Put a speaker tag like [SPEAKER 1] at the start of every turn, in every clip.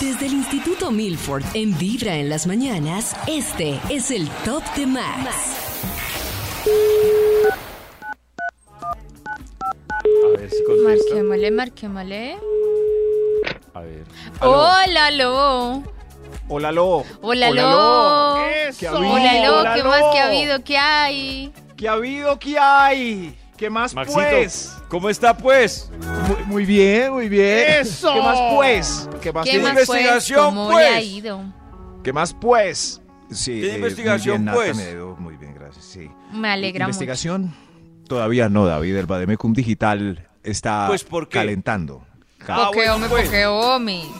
[SPEAKER 1] Desde el Instituto Milford, en Vibra en las mañanas, este es el Top de Max.
[SPEAKER 2] A ver si contesta.
[SPEAKER 3] Marquémosle, marquémosle.
[SPEAKER 2] A ver.
[SPEAKER 3] Hola, lo.
[SPEAKER 2] Hola, Lobo.
[SPEAKER 3] Hola, lo.
[SPEAKER 2] ¿Qué ha habido?
[SPEAKER 3] Hola, lo.
[SPEAKER 2] Hola,
[SPEAKER 3] ¿Qué
[SPEAKER 2] Lo.
[SPEAKER 3] más que ha habido? ¿Qué hay?
[SPEAKER 4] ¿Qué ha habido? ¿Qué hay? ¿Qué más
[SPEAKER 2] Maxito,
[SPEAKER 4] pues?
[SPEAKER 2] ¿cómo está pues?
[SPEAKER 4] Muy, muy bien, muy bien.
[SPEAKER 5] ¡Eso!
[SPEAKER 4] ¿Qué más pues? ¿Qué más
[SPEAKER 3] ¿Qué
[SPEAKER 4] pues?
[SPEAKER 3] más
[SPEAKER 2] investigación,
[SPEAKER 3] ¿Cómo le
[SPEAKER 2] pues?
[SPEAKER 3] ha ido?
[SPEAKER 4] ¿Qué más pues? Sí,
[SPEAKER 2] ¿Tiene investigación,
[SPEAKER 4] muy bien, Nata,
[SPEAKER 2] pues?
[SPEAKER 4] me dio- muy bien, gracias. Sí.
[SPEAKER 3] Me alegra mucho.
[SPEAKER 4] ¿Investigación? Todavía no, David. El Bademecum Digital está
[SPEAKER 2] Pues, ¿por qué?
[SPEAKER 4] calentando. Ca-
[SPEAKER 2] Ah, bueno,
[SPEAKER 3] Poqueo, me
[SPEAKER 2] pues.
[SPEAKER 3] poqueo, mi.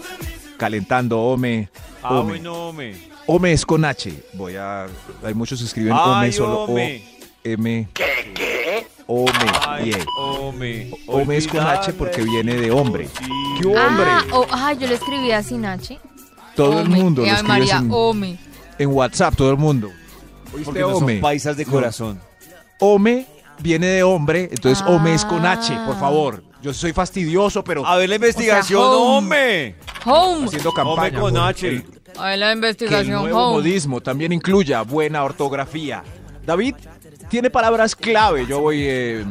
[SPEAKER 4] calentando, Ome.
[SPEAKER 2] Ah,
[SPEAKER 4] ome.
[SPEAKER 2] bueno, me.
[SPEAKER 4] Ome es con H. Voy a. Hay muchos que escriben
[SPEAKER 2] Ay,
[SPEAKER 4] Ome solo.
[SPEAKER 2] Ome.
[SPEAKER 4] O, M. ¿Qué? Ome.
[SPEAKER 2] Ay,
[SPEAKER 4] y E.
[SPEAKER 2] Ome.
[SPEAKER 4] Ome es con H porque viene de hombre.
[SPEAKER 2] Sí.
[SPEAKER 4] ¡Qué hombre!
[SPEAKER 3] Ah, oh, ah, yo lo escribía sin H.
[SPEAKER 4] Todo el
[SPEAKER 3] Ome.
[SPEAKER 4] mundo lo
[SPEAKER 3] Ave
[SPEAKER 4] escribe
[SPEAKER 3] María,
[SPEAKER 4] sin-
[SPEAKER 3] Ome.
[SPEAKER 4] en WhatsApp, todo el mundo.
[SPEAKER 2] Porque
[SPEAKER 4] ¿Oíste,
[SPEAKER 2] no son
[SPEAKER 4] Ome?
[SPEAKER 2] paisas de
[SPEAKER 4] No.
[SPEAKER 2] corazón.
[SPEAKER 4] Ome viene de hombre, entonces
[SPEAKER 3] Ah.
[SPEAKER 4] Ome es con H, por favor. Yo soy fastidioso, pero
[SPEAKER 2] A ver la investigación, Ome.
[SPEAKER 3] home. Home.
[SPEAKER 4] haciendo
[SPEAKER 2] Ome
[SPEAKER 4] campaña.
[SPEAKER 2] con
[SPEAKER 4] por
[SPEAKER 2] H.
[SPEAKER 4] el-
[SPEAKER 3] A ver la
[SPEAKER 4] que el
[SPEAKER 3] investigación,
[SPEAKER 4] nuevo
[SPEAKER 3] home.
[SPEAKER 4] modismo también incluya buena ortografía. David tiene palabras clave. Yo voy eh,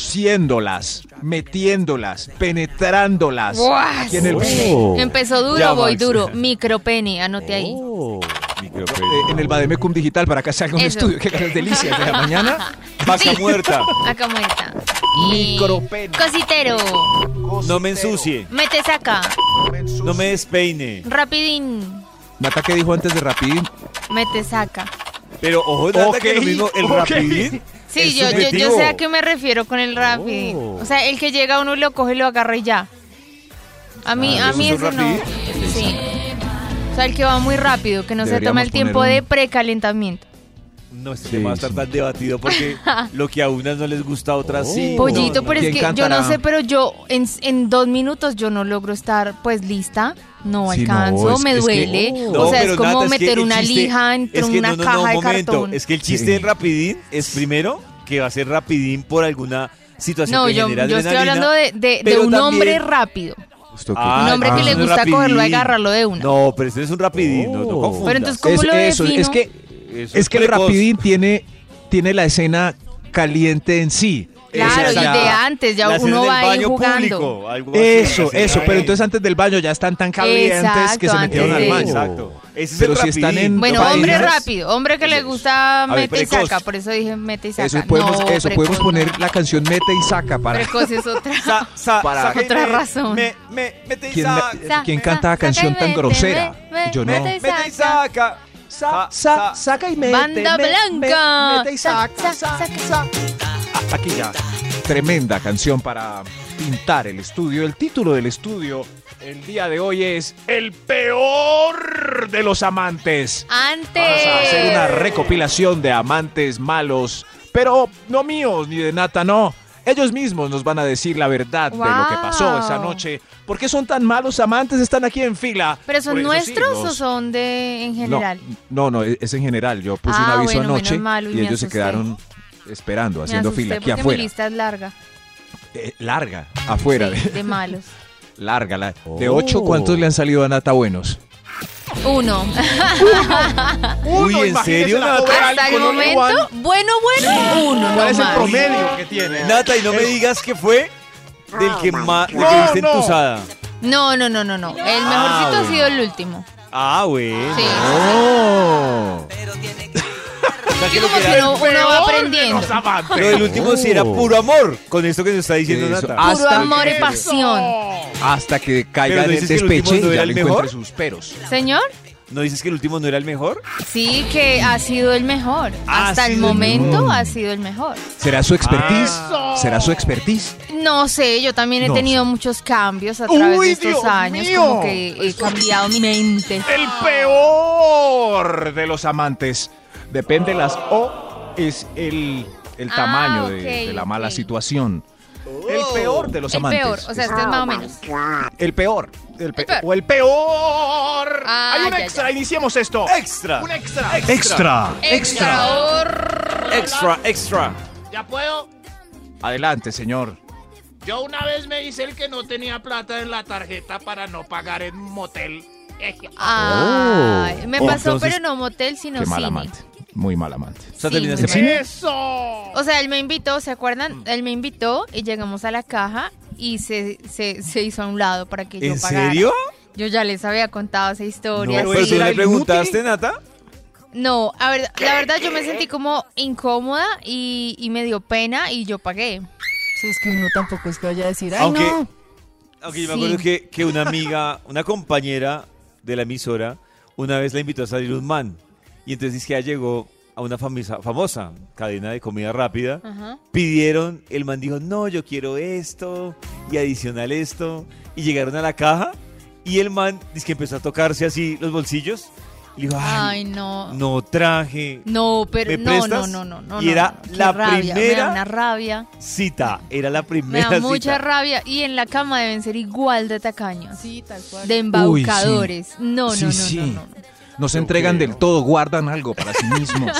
[SPEAKER 4] introduciéndolas, metiéndolas, penetrándolas.
[SPEAKER 3] Guas.
[SPEAKER 4] Aquí en el,
[SPEAKER 2] Oh.
[SPEAKER 3] Empezó duro,
[SPEAKER 2] Ya,
[SPEAKER 3] voy
[SPEAKER 2] Max.
[SPEAKER 3] duro. Micropene, anote ahí.
[SPEAKER 2] Oh, micropene.
[SPEAKER 4] eh, en el Bademecum Digital para que salga un
[SPEAKER 3] Eso.
[SPEAKER 4] estudio. Que ganas delicias de la mañana.
[SPEAKER 2] Vaca
[SPEAKER 3] Sí.
[SPEAKER 2] muerta.
[SPEAKER 3] Acá muerta.
[SPEAKER 4] Micropene.
[SPEAKER 3] Cositero.
[SPEAKER 2] No me ensucie.
[SPEAKER 3] Mete saca.
[SPEAKER 2] No me despeine.
[SPEAKER 3] Rapidín.
[SPEAKER 4] Nata, ¿qué dijo antes de Rapidín?
[SPEAKER 3] Mete saca.
[SPEAKER 2] Pero ojo, Nata, que lo
[SPEAKER 4] Ok,
[SPEAKER 2] mismo, el
[SPEAKER 4] ok.
[SPEAKER 2] rapidín.
[SPEAKER 3] Sí,
[SPEAKER 2] es
[SPEAKER 3] yo, yo, yo
[SPEAKER 2] subjetivo.
[SPEAKER 3] sé a qué me refiero con el rapid.
[SPEAKER 2] Oh.
[SPEAKER 3] O sea, el que llega uno lo coge, lo agarra y ya. A mí,
[SPEAKER 4] Ah,
[SPEAKER 3] a mí
[SPEAKER 4] ¿eso es
[SPEAKER 3] eso
[SPEAKER 4] un
[SPEAKER 3] no. Sí. O sea, el que va muy rápido, que no se toma
[SPEAKER 4] Deberíamos
[SPEAKER 3] el tiempo
[SPEAKER 4] poner
[SPEAKER 3] de
[SPEAKER 4] un-
[SPEAKER 3] precalentamiento.
[SPEAKER 2] No, este
[SPEAKER 4] Sí,
[SPEAKER 2] tema va a estar
[SPEAKER 4] sí.
[SPEAKER 2] tan debatido porque lo que a unas no les gusta, a otras sí.
[SPEAKER 3] Pollito,
[SPEAKER 4] no,
[SPEAKER 3] pero es
[SPEAKER 4] ¿quién
[SPEAKER 3] que yo
[SPEAKER 4] cantará?
[SPEAKER 3] no sé, pero yo en, en dos minutos yo no logro estar pues lista. No
[SPEAKER 4] Sí, no,
[SPEAKER 3] alcanzo,
[SPEAKER 4] es-
[SPEAKER 3] me
[SPEAKER 4] es que-
[SPEAKER 3] duele.
[SPEAKER 4] No,
[SPEAKER 3] o sea, es
[SPEAKER 2] pero
[SPEAKER 3] como
[SPEAKER 2] Nata, que el
[SPEAKER 3] meter una
[SPEAKER 2] chiste-
[SPEAKER 3] lija entre
[SPEAKER 2] es que
[SPEAKER 3] una
[SPEAKER 2] no, no, no,
[SPEAKER 3] caja de
[SPEAKER 2] momento.
[SPEAKER 3] cartón.
[SPEAKER 2] Es que el chiste
[SPEAKER 4] Sí.
[SPEAKER 2] del rapidín es primero que va a ser rapidín por alguna situación
[SPEAKER 3] no,
[SPEAKER 2] que
[SPEAKER 3] yo,
[SPEAKER 2] genera
[SPEAKER 3] yo estoy
[SPEAKER 2] adrenalina,
[SPEAKER 3] hablando de, de- de
[SPEAKER 2] pero
[SPEAKER 3] un hombre
[SPEAKER 2] también-
[SPEAKER 3] rápido.
[SPEAKER 4] Justo que-
[SPEAKER 2] Ah,
[SPEAKER 3] Un hombre que
[SPEAKER 2] no,
[SPEAKER 3] le
[SPEAKER 2] es un
[SPEAKER 3] gusta cogerlo y
[SPEAKER 2] rapidín.
[SPEAKER 3] agarrarlo de una.
[SPEAKER 2] No, pero este es un rapidín, no, no
[SPEAKER 4] Oh.
[SPEAKER 2] confundas.
[SPEAKER 3] Pero entonces, ¿cómo lo defino?
[SPEAKER 4] es que
[SPEAKER 2] Eso
[SPEAKER 4] es que el
[SPEAKER 2] precoz.
[SPEAKER 4] rapidín tiene tiene la escena caliente en sí.
[SPEAKER 3] Claro,
[SPEAKER 4] O sea,
[SPEAKER 3] y
[SPEAKER 4] ya-
[SPEAKER 3] de antes, ya
[SPEAKER 2] La escena
[SPEAKER 3] uno
[SPEAKER 2] del
[SPEAKER 3] va ahí
[SPEAKER 2] baño
[SPEAKER 3] jugando.
[SPEAKER 2] público, algo así, la
[SPEAKER 4] Eso,
[SPEAKER 2] escena
[SPEAKER 4] eso,
[SPEAKER 2] del
[SPEAKER 4] pero
[SPEAKER 2] baño.
[SPEAKER 4] entonces antes del baño ya están tan calientes
[SPEAKER 3] Exacto,
[SPEAKER 4] que se
[SPEAKER 3] antes
[SPEAKER 4] metieron al
[SPEAKER 3] de-
[SPEAKER 4] baño.
[SPEAKER 2] Exacto. Ese es
[SPEAKER 4] Pero
[SPEAKER 2] el
[SPEAKER 4] si están
[SPEAKER 2] rapidín.
[SPEAKER 4] en-
[SPEAKER 3] Bueno,
[SPEAKER 4] País.
[SPEAKER 3] hombre rápido, hombre que le gusta
[SPEAKER 2] ver,
[SPEAKER 3] mete y
[SPEAKER 2] precoz.
[SPEAKER 3] saca, por eso dije mete y saca.
[SPEAKER 4] Eso podemos,
[SPEAKER 3] No,
[SPEAKER 4] eso
[SPEAKER 3] precoz
[SPEAKER 4] podemos
[SPEAKER 3] no.
[SPEAKER 4] poner la canción Mete y Saca para
[SPEAKER 3] Precoz es otra.
[SPEAKER 2] Sa- sa-
[SPEAKER 4] Para-
[SPEAKER 2] saca y
[SPEAKER 3] Otra
[SPEAKER 2] me-
[SPEAKER 3] razón.
[SPEAKER 2] Me, me, mete y
[SPEAKER 4] ¿Quién la-
[SPEAKER 2] saca.
[SPEAKER 3] Sa-
[SPEAKER 4] ¿Quién
[SPEAKER 3] sa-
[SPEAKER 4] canta
[SPEAKER 3] saca y
[SPEAKER 4] canción tan
[SPEAKER 3] mete,
[SPEAKER 4] grosera?
[SPEAKER 3] me- me-
[SPEAKER 4] Yo no.
[SPEAKER 3] mete y
[SPEAKER 2] Mete y
[SPEAKER 3] saca.
[SPEAKER 2] saca. Sa- sa-
[SPEAKER 4] saca y mete.
[SPEAKER 3] Banda blanca. Sa- sa-
[SPEAKER 4] Ah, Aquí ya. Tremenda canción para pintar el estudio. El título del estudio el día de hoy es El peor de los amantes. Vamos a hacer una
[SPEAKER 3] Antes.
[SPEAKER 4] recopilación de amantes malos, pero no míos ni de Nata, no. Ellos mismos nos van a decir la verdad de lo que pasó
[SPEAKER 3] Wow.
[SPEAKER 4] esa noche. ¿Por qué son tan malos amantes? Están aquí en fila.
[SPEAKER 3] ¿Pero son
[SPEAKER 4] Por eso sí,
[SPEAKER 3] nuestros o
[SPEAKER 4] los-
[SPEAKER 3] son de en general?
[SPEAKER 4] no, no, es en general. Yo puse un
[SPEAKER 3] Ah,
[SPEAKER 4] aviso
[SPEAKER 3] bueno,
[SPEAKER 4] anoche
[SPEAKER 3] menos mal, uy,
[SPEAKER 4] y
[SPEAKER 3] me
[SPEAKER 4] ellos se
[SPEAKER 3] asusté.
[SPEAKER 4] quedaron esperando,
[SPEAKER 3] Me
[SPEAKER 4] haciendo
[SPEAKER 3] asusté
[SPEAKER 4] fila aquí
[SPEAKER 3] porque
[SPEAKER 4] afuera.
[SPEAKER 3] Mi lista es larga.
[SPEAKER 4] Eh, larga, afuera.
[SPEAKER 3] Sí, de malos.
[SPEAKER 4] larga. la- De
[SPEAKER 2] Oh.
[SPEAKER 4] ocho, ¿cuántos le han salido a Nata Buenos?
[SPEAKER 3] Uno.
[SPEAKER 2] Uy, ¿en serio, Nata?
[SPEAKER 3] Hasta el momento, bueno, bueno, uno.
[SPEAKER 4] ¿Cuál es el
[SPEAKER 3] nomás.
[SPEAKER 4] promedio que tiene? Eh,
[SPEAKER 2] Nata, y no me digas que fue del que más, del que
[SPEAKER 4] No,
[SPEAKER 2] viste
[SPEAKER 4] no.
[SPEAKER 2] entusada.
[SPEAKER 3] No, no, no, no, no. El
[SPEAKER 2] Ah,
[SPEAKER 3] mejorcito ha
[SPEAKER 2] bueno.
[SPEAKER 3] sido el último.
[SPEAKER 2] Ah, bueno.
[SPEAKER 3] Sí.
[SPEAKER 4] Oh.
[SPEAKER 2] O sea, que
[SPEAKER 3] Sí,
[SPEAKER 2] lo
[SPEAKER 3] como
[SPEAKER 2] que
[SPEAKER 3] que
[SPEAKER 2] era-
[SPEAKER 3] uno, uno va aprendiendo.
[SPEAKER 2] Lo del último sí era puro amor, con esto que nos está diciendo
[SPEAKER 4] Eso.
[SPEAKER 2] Nata.
[SPEAKER 4] Ah,
[SPEAKER 3] Puro
[SPEAKER 4] hasta
[SPEAKER 3] amor y pasión.
[SPEAKER 4] Hasta que
[SPEAKER 2] Pero
[SPEAKER 4] caiga en el
[SPEAKER 2] dices que el último
[SPEAKER 4] despeche
[SPEAKER 2] no
[SPEAKER 4] y
[SPEAKER 2] era
[SPEAKER 4] ya
[SPEAKER 2] el
[SPEAKER 4] le encuentre
[SPEAKER 2] mejor.
[SPEAKER 4] sus peros.
[SPEAKER 3] Señor,
[SPEAKER 2] ¿No dices que el último no era el mejor?
[SPEAKER 3] Sí, que ha sido el mejor.
[SPEAKER 2] Ha
[SPEAKER 3] Hasta el
[SPEAKER 2] sido el
[SPEAKER 3] momento
[SPEAKER 4] mejor.
[SPEAKER 3] ha sido el mejor.
[SPEAKER 4] ¿Será su expertise?
[SPEAKER 2] Ah.
[SPEAKER 4] ¿Será su expertise?
[SPEAKER 3] No sé, yo también he
[SPEAKER 4] No
[SPEAKER 3] tenido muchos cambios a través
[SPEAKER 4] ¡Uy,
[SPEAKER 3] de estos
[SPEAKER 4] Dios
[SPEAKER 3] años,
[SPEAKER 4] mío!
[SPEAKER 3] como que he cambiado mi mente.
[SPEAKER 4] El peor de los amantes. Depende las O es el, el
[SPEAKER 3] Oh. Ah,
[SPEAKER 4] tamaño de-
[SPEAKER 3] ok,
[SPEAKER 4] de, la mala
[SPEAKER 3] ok. Oh.
[SPEAKER 4] situación. El peor de los
[SPEAKER 3] El
[SPEAKER 4] amantes.
[SPEAKER 3] peor, o sea, este es más o menos.
[SPEAKER 4] El peor. El pe-
[SPEAKER 3] El peor.
[SPEAKER 4] O el peor.
[SPEAKER 3] Ah,
[SPEAKER 4] Hay un
[SPEAKER 3] ya,
[SPEAKER 4] extra, iniciemos esto.
[SPEAKER 2] ¡Extra!
[SPEAKER 4] Un extra.
[SPEAKER 3] Extraor.
[SPEAKER 2] ¡Extra, extra!
[SPEAKER 5] Ya puedo.
[SPEAKER 4] Adelante, señor.
[SPEAKER 5] Yo una vez me hice el que no tenía plata en la tarjeta para no pagar en motel. Eje.
[SPEAKER 3] Ay, me
[SPEAKER 2] Oh,
[SPEAKER 3] pasó,
[SPEAKER 2] entonces-
[SPEAKER 3] pero no motel, sino
[SPEAKER 4] Qué mal
[SPEAKER 3] cine. Eh,
[SPEAKER 4] amante. Muy mal amante.
[SPEAKER 2] O sea,
[SPEAKER 3] Sí,
[SPEAKER 2] terminaste
[SPEAKER 3] me-
[SPEAKER 4] este
[SPEAKER 2] mal.
[SPEAKER 5] ¡Eso!
[SPEAKER 3] O sea, él me invitó, ¿se
[SPEAKER 2] Mm.
[SPEAKER 3] acuerdan? Él me invitó y llegamos a la caja y se, se, se hizo a un lado para que yo
[SPEAKER 2] ¿En
[SPEAKER 3] pagara.
[SPEAKER 2] serio?
[SPEAKER 3] Yo ya les había contado esa historia.
[SPEAKER 2] No,
[SPEAKER 3] sí.
[SPEAKER 2] pero tú
[SPEAKER 4] ¿Era
[SPEAKER 2] le
[SPEAKER 4] inútil?
[SPEAKER 2] preguntaste, Nata.
[SPEAKER 3] No, a ver, la verdad yo me sentí como incómoda y, y me dio pena y yo pagué.
[SPEAKER 6] Si es que uno tampoco es que vaya a decir, ay,
[SPEAKER 2] Aunque-
[SPEAKER 6] no.
[SPEAKER 2] Aunque yo me
[SPEAKER 3] Sí.
[SPEAKER 2] acuerdo que, que una amiga, una compañera de la emisora, una vez la invitó a salir un man. Y entonces dice que ya llegó a una famisa- famosa cadena de comida rápida.
[SPEAKER 3] Ajá.
[SPEAKER 2] Pidieron, el man dijo, no, yo quiero esto y adicional esto. Y llegaron a la caja y el man dice que empezó a tocarse así los bolsillos. Y le dijo,
[SPEAKER 3] Ay,
[SPEAKER 2] ay,
[SPEAKER 3] no.
[SPEAKER 2] no traje
[SPEAKER 3] No, pero
[SPEAKER 2] ¿Me
[SPEAKER 3] no, no,
[SPEAKER 2] prestas?
[SPEAKER 3] no, no, no.
[SPEAKER 2] Y
[SPEAKER 3] no,
[SPEAKER 2] era
[SPEAKER 3] no. Qué
[SPEAKER 2] la
[SPEAKER 3] rabia, Me
[SPEAKER 2] primera-
[SPEAKER 3] da una rabia.
[SPEAKER 2] cita. Era la
[SPEAKER 3] Me
[SPEAKER 2] primera
[SPEAKER 3] da
[SPEAKER 2] cita.
[SPEAKER 3] mucha rabia. Y en la cama deben ser igual de tacaños.
[SPEAKER 6] Sí, tal cual.
[SPEAKER 3] De embaucadores. No, no,
[SPEAKER 4] Sí,
[SPEAKER 3] no,
[SPEAKER 4] sí.
[SPEAKER 3] no, no, no.
[SPEAKER 4] No se entregan del todo, guardan algo para sí mismos.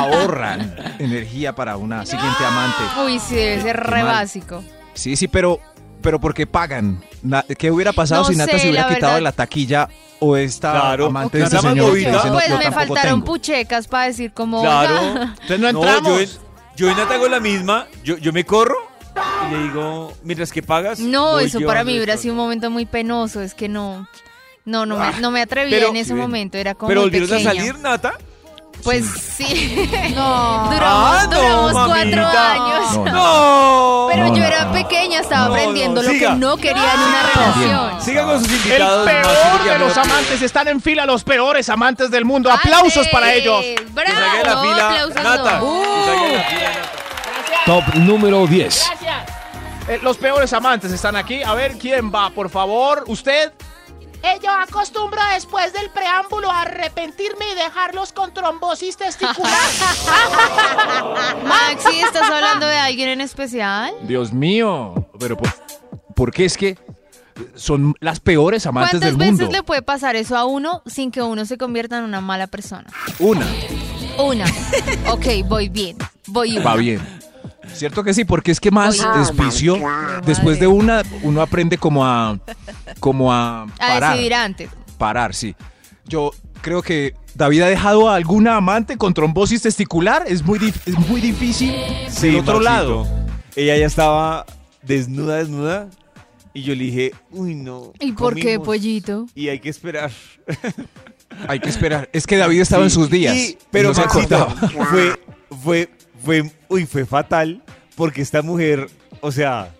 [SPEAKER 4] Ahorran energía para una siguiente amante.
[SPEAKER 3] Uy, sí, debe ser re
[SPEAKER 4] mal.
[SPEAKER 3] básico.
[SPEAKER 4] Sí, sí, pero, pero porque pagan. Na- ¿Qué hubiera pasado
[SPEAKER 3] No
[SPEAKER 4] si Nata
[SPEAKER 3] sé,
[SPEAKER 4] se hubiera
[SPEAKER 3] la
[SPEAKER 4] quitado
[SPEAKER 3] verdad.
[SPEAKER 4] de la taquilla o esta
[SPEAKER 2] Claro.
[SPEAKER 4] amante de
[SPEAKER 2] Nata
[SPEAKER 4] este
[SPEAKER 2] más
[SPEAKER 4] señor? que
[SPEAKER 2] bobita.
[SPEAKER 4] dice, no,
[SPEAKER 3] Pues
[SPEAKER 4] yo
[SPEAKER 3] me
[SPEAKER 4] tampoco
[SPEAKER 3] faltaron
[SPEAKER 4] tengo?
[SPEAKER 3] puchecas para decir como...
[SPEAKER 2] Claro.
[SPEAKER 4] Entonces no
[SPEAKER 2] yo,
[SPEAKER 4] entramos.
[SPEAKER 2] en- yo en Nata hago la misma. Yo, yo me corro y le digo, mientras que pagas.
[SPEAKER 3] No,
[SPEAKER 2] voy
[SPEAKER 3] eso para
[SPEAKER 2] llevando
[SPEAKER 3] mí hubiera
[SPEAKER 2] esto.
[SPEAKER 3] sido un momento muy penoso, es que no, no, no, me, no me atreví
[SPEAKER 2] Ah, pero-
[SPEAKER 3] en ese
[SPEAKER 2] sí, ven.
[SPEAKER 3] momento, era como
[SPEAKER 2] Pero
[SPEAKER 3] muy
[SPEAKER 2] volvieron
[SPEAKER 3] pequeña.
[SPEAKER 2] a salir, Nata.
[SPEAKER 3] Pues sí,
[SPEAKER 6] No.
[SPEAKER 3] duramos,
[SPEAKER 2] Ah, no,
[SPEAKER 3] duramos cuatro
[SPEAKER 2] mamita.
[SPEAKER 3] años.
[SPEAKER 4] No,
[SPEAKER 2] ¡No!
[SPEAKER 3] Pero
[SPEAKER 4] No,
[SPEAKER 3] yo
[SPEAKER 4] no,
[SPEAKER 3] era
[SPEAKER 4] no.
[SPEAKER 3] pequeña, estaba
[SPEAKER 2] No,
[SPEAKER 3] aprendiendo
[SPEAKER 2] no,
[SPEAKER 3] lo
[SPEAKER 2] siga.
[SPEAKER 3] que no quería en una relación.
[SPEAKER 2] Siga con sus
[SPEAKER 5] El
[SPEAKER 2] invitados.
[SPEAKER 5] peor de los amantes están en fila los peores amantes del mundo. ¡Aplausos para ellos!
[SPEAKER 3] ¡Bravo!
[SPEAKER 2] de la
[SPEAKER 3] No,
[SPEAKER 2] fila,
[SPEAKER 3] aplausos Uh,
[SPEAKER 2] Nata.
[SPEAKER 3] no.
[SPEAKER 2] Que salga de la fila, Nata.
[SPEAKER 7] Top número 10.
[SPEAKER 5] Gracias.
[SPEAKER 4] Eh, Los peores amantes están aquí. A ver, ¿quién va? Por favor, usted.
[SPEAKER 5] Eh, yo acostumbro después del preámbulo a arrepentirme y dejarlos con trombosis testicular.
[SPEAKER 3] Maxi, ¿estás hablando de alguien en especial?
[SPEAKER 4] Dios mío. Pero por, porque es que son las peores amantes
[SPEAKER 3] ¿Cuántas
[SPEAKER 4] del
[SPEAKER 3] veces
[SPEAKER 4] mundo.
[SPEAKER 3] le puede pasar eso a uno sin que uno se convierta en una mala persona?
[SPEAKER 4] Una.
[SPEAKER 3] Una. Ok, voy bien. Voy una.
[SPEAKER 4] Va bien. Cierto que sí, porque es que más
[SPEAKER 3] Oye.
[SPEAKER 4] desvicio. Después de una, uno aprende como a, como a
[SPEAKER 3] A
[SPEAKER 4] parar.
[SPEAKER 3] decidir antes.
[SPEAKER 4] Parar, sí. Yo creo que David ha dejado a alguna amante con trombosis testicular. Es muy, dif- es muy difícil.
[SPEAKER 2] Sí,
[SPEAKER 4] del otro
[SPEAKER 2] Maxito.
[SPEAKER 4] lado.
[SPEAKER 2] Ella ya estaba desnuda, desnuda. Y yo le dije, uy, no.
[SPEAKER 3] ¿Y por qué,
[SPEAKER 2] comimos,
[SPEAKER 3] pollito?
[SPEAKER 2] Y hay que esperar.
[SPEAKER 4] Hay que esperar. Es que David estaba en
[SPEAKER 2] Sí.
[SPEAKER 4] sus días.
[SPEAKER 2] Y- pero
[SPEAKER 4] no se
[SPEAKER 2] Maxito,
[SPEAKER 4] acordaba.
[SPEAKER 2] fue, fue, fue, uy, fue fatal porque esta mujer, o sea,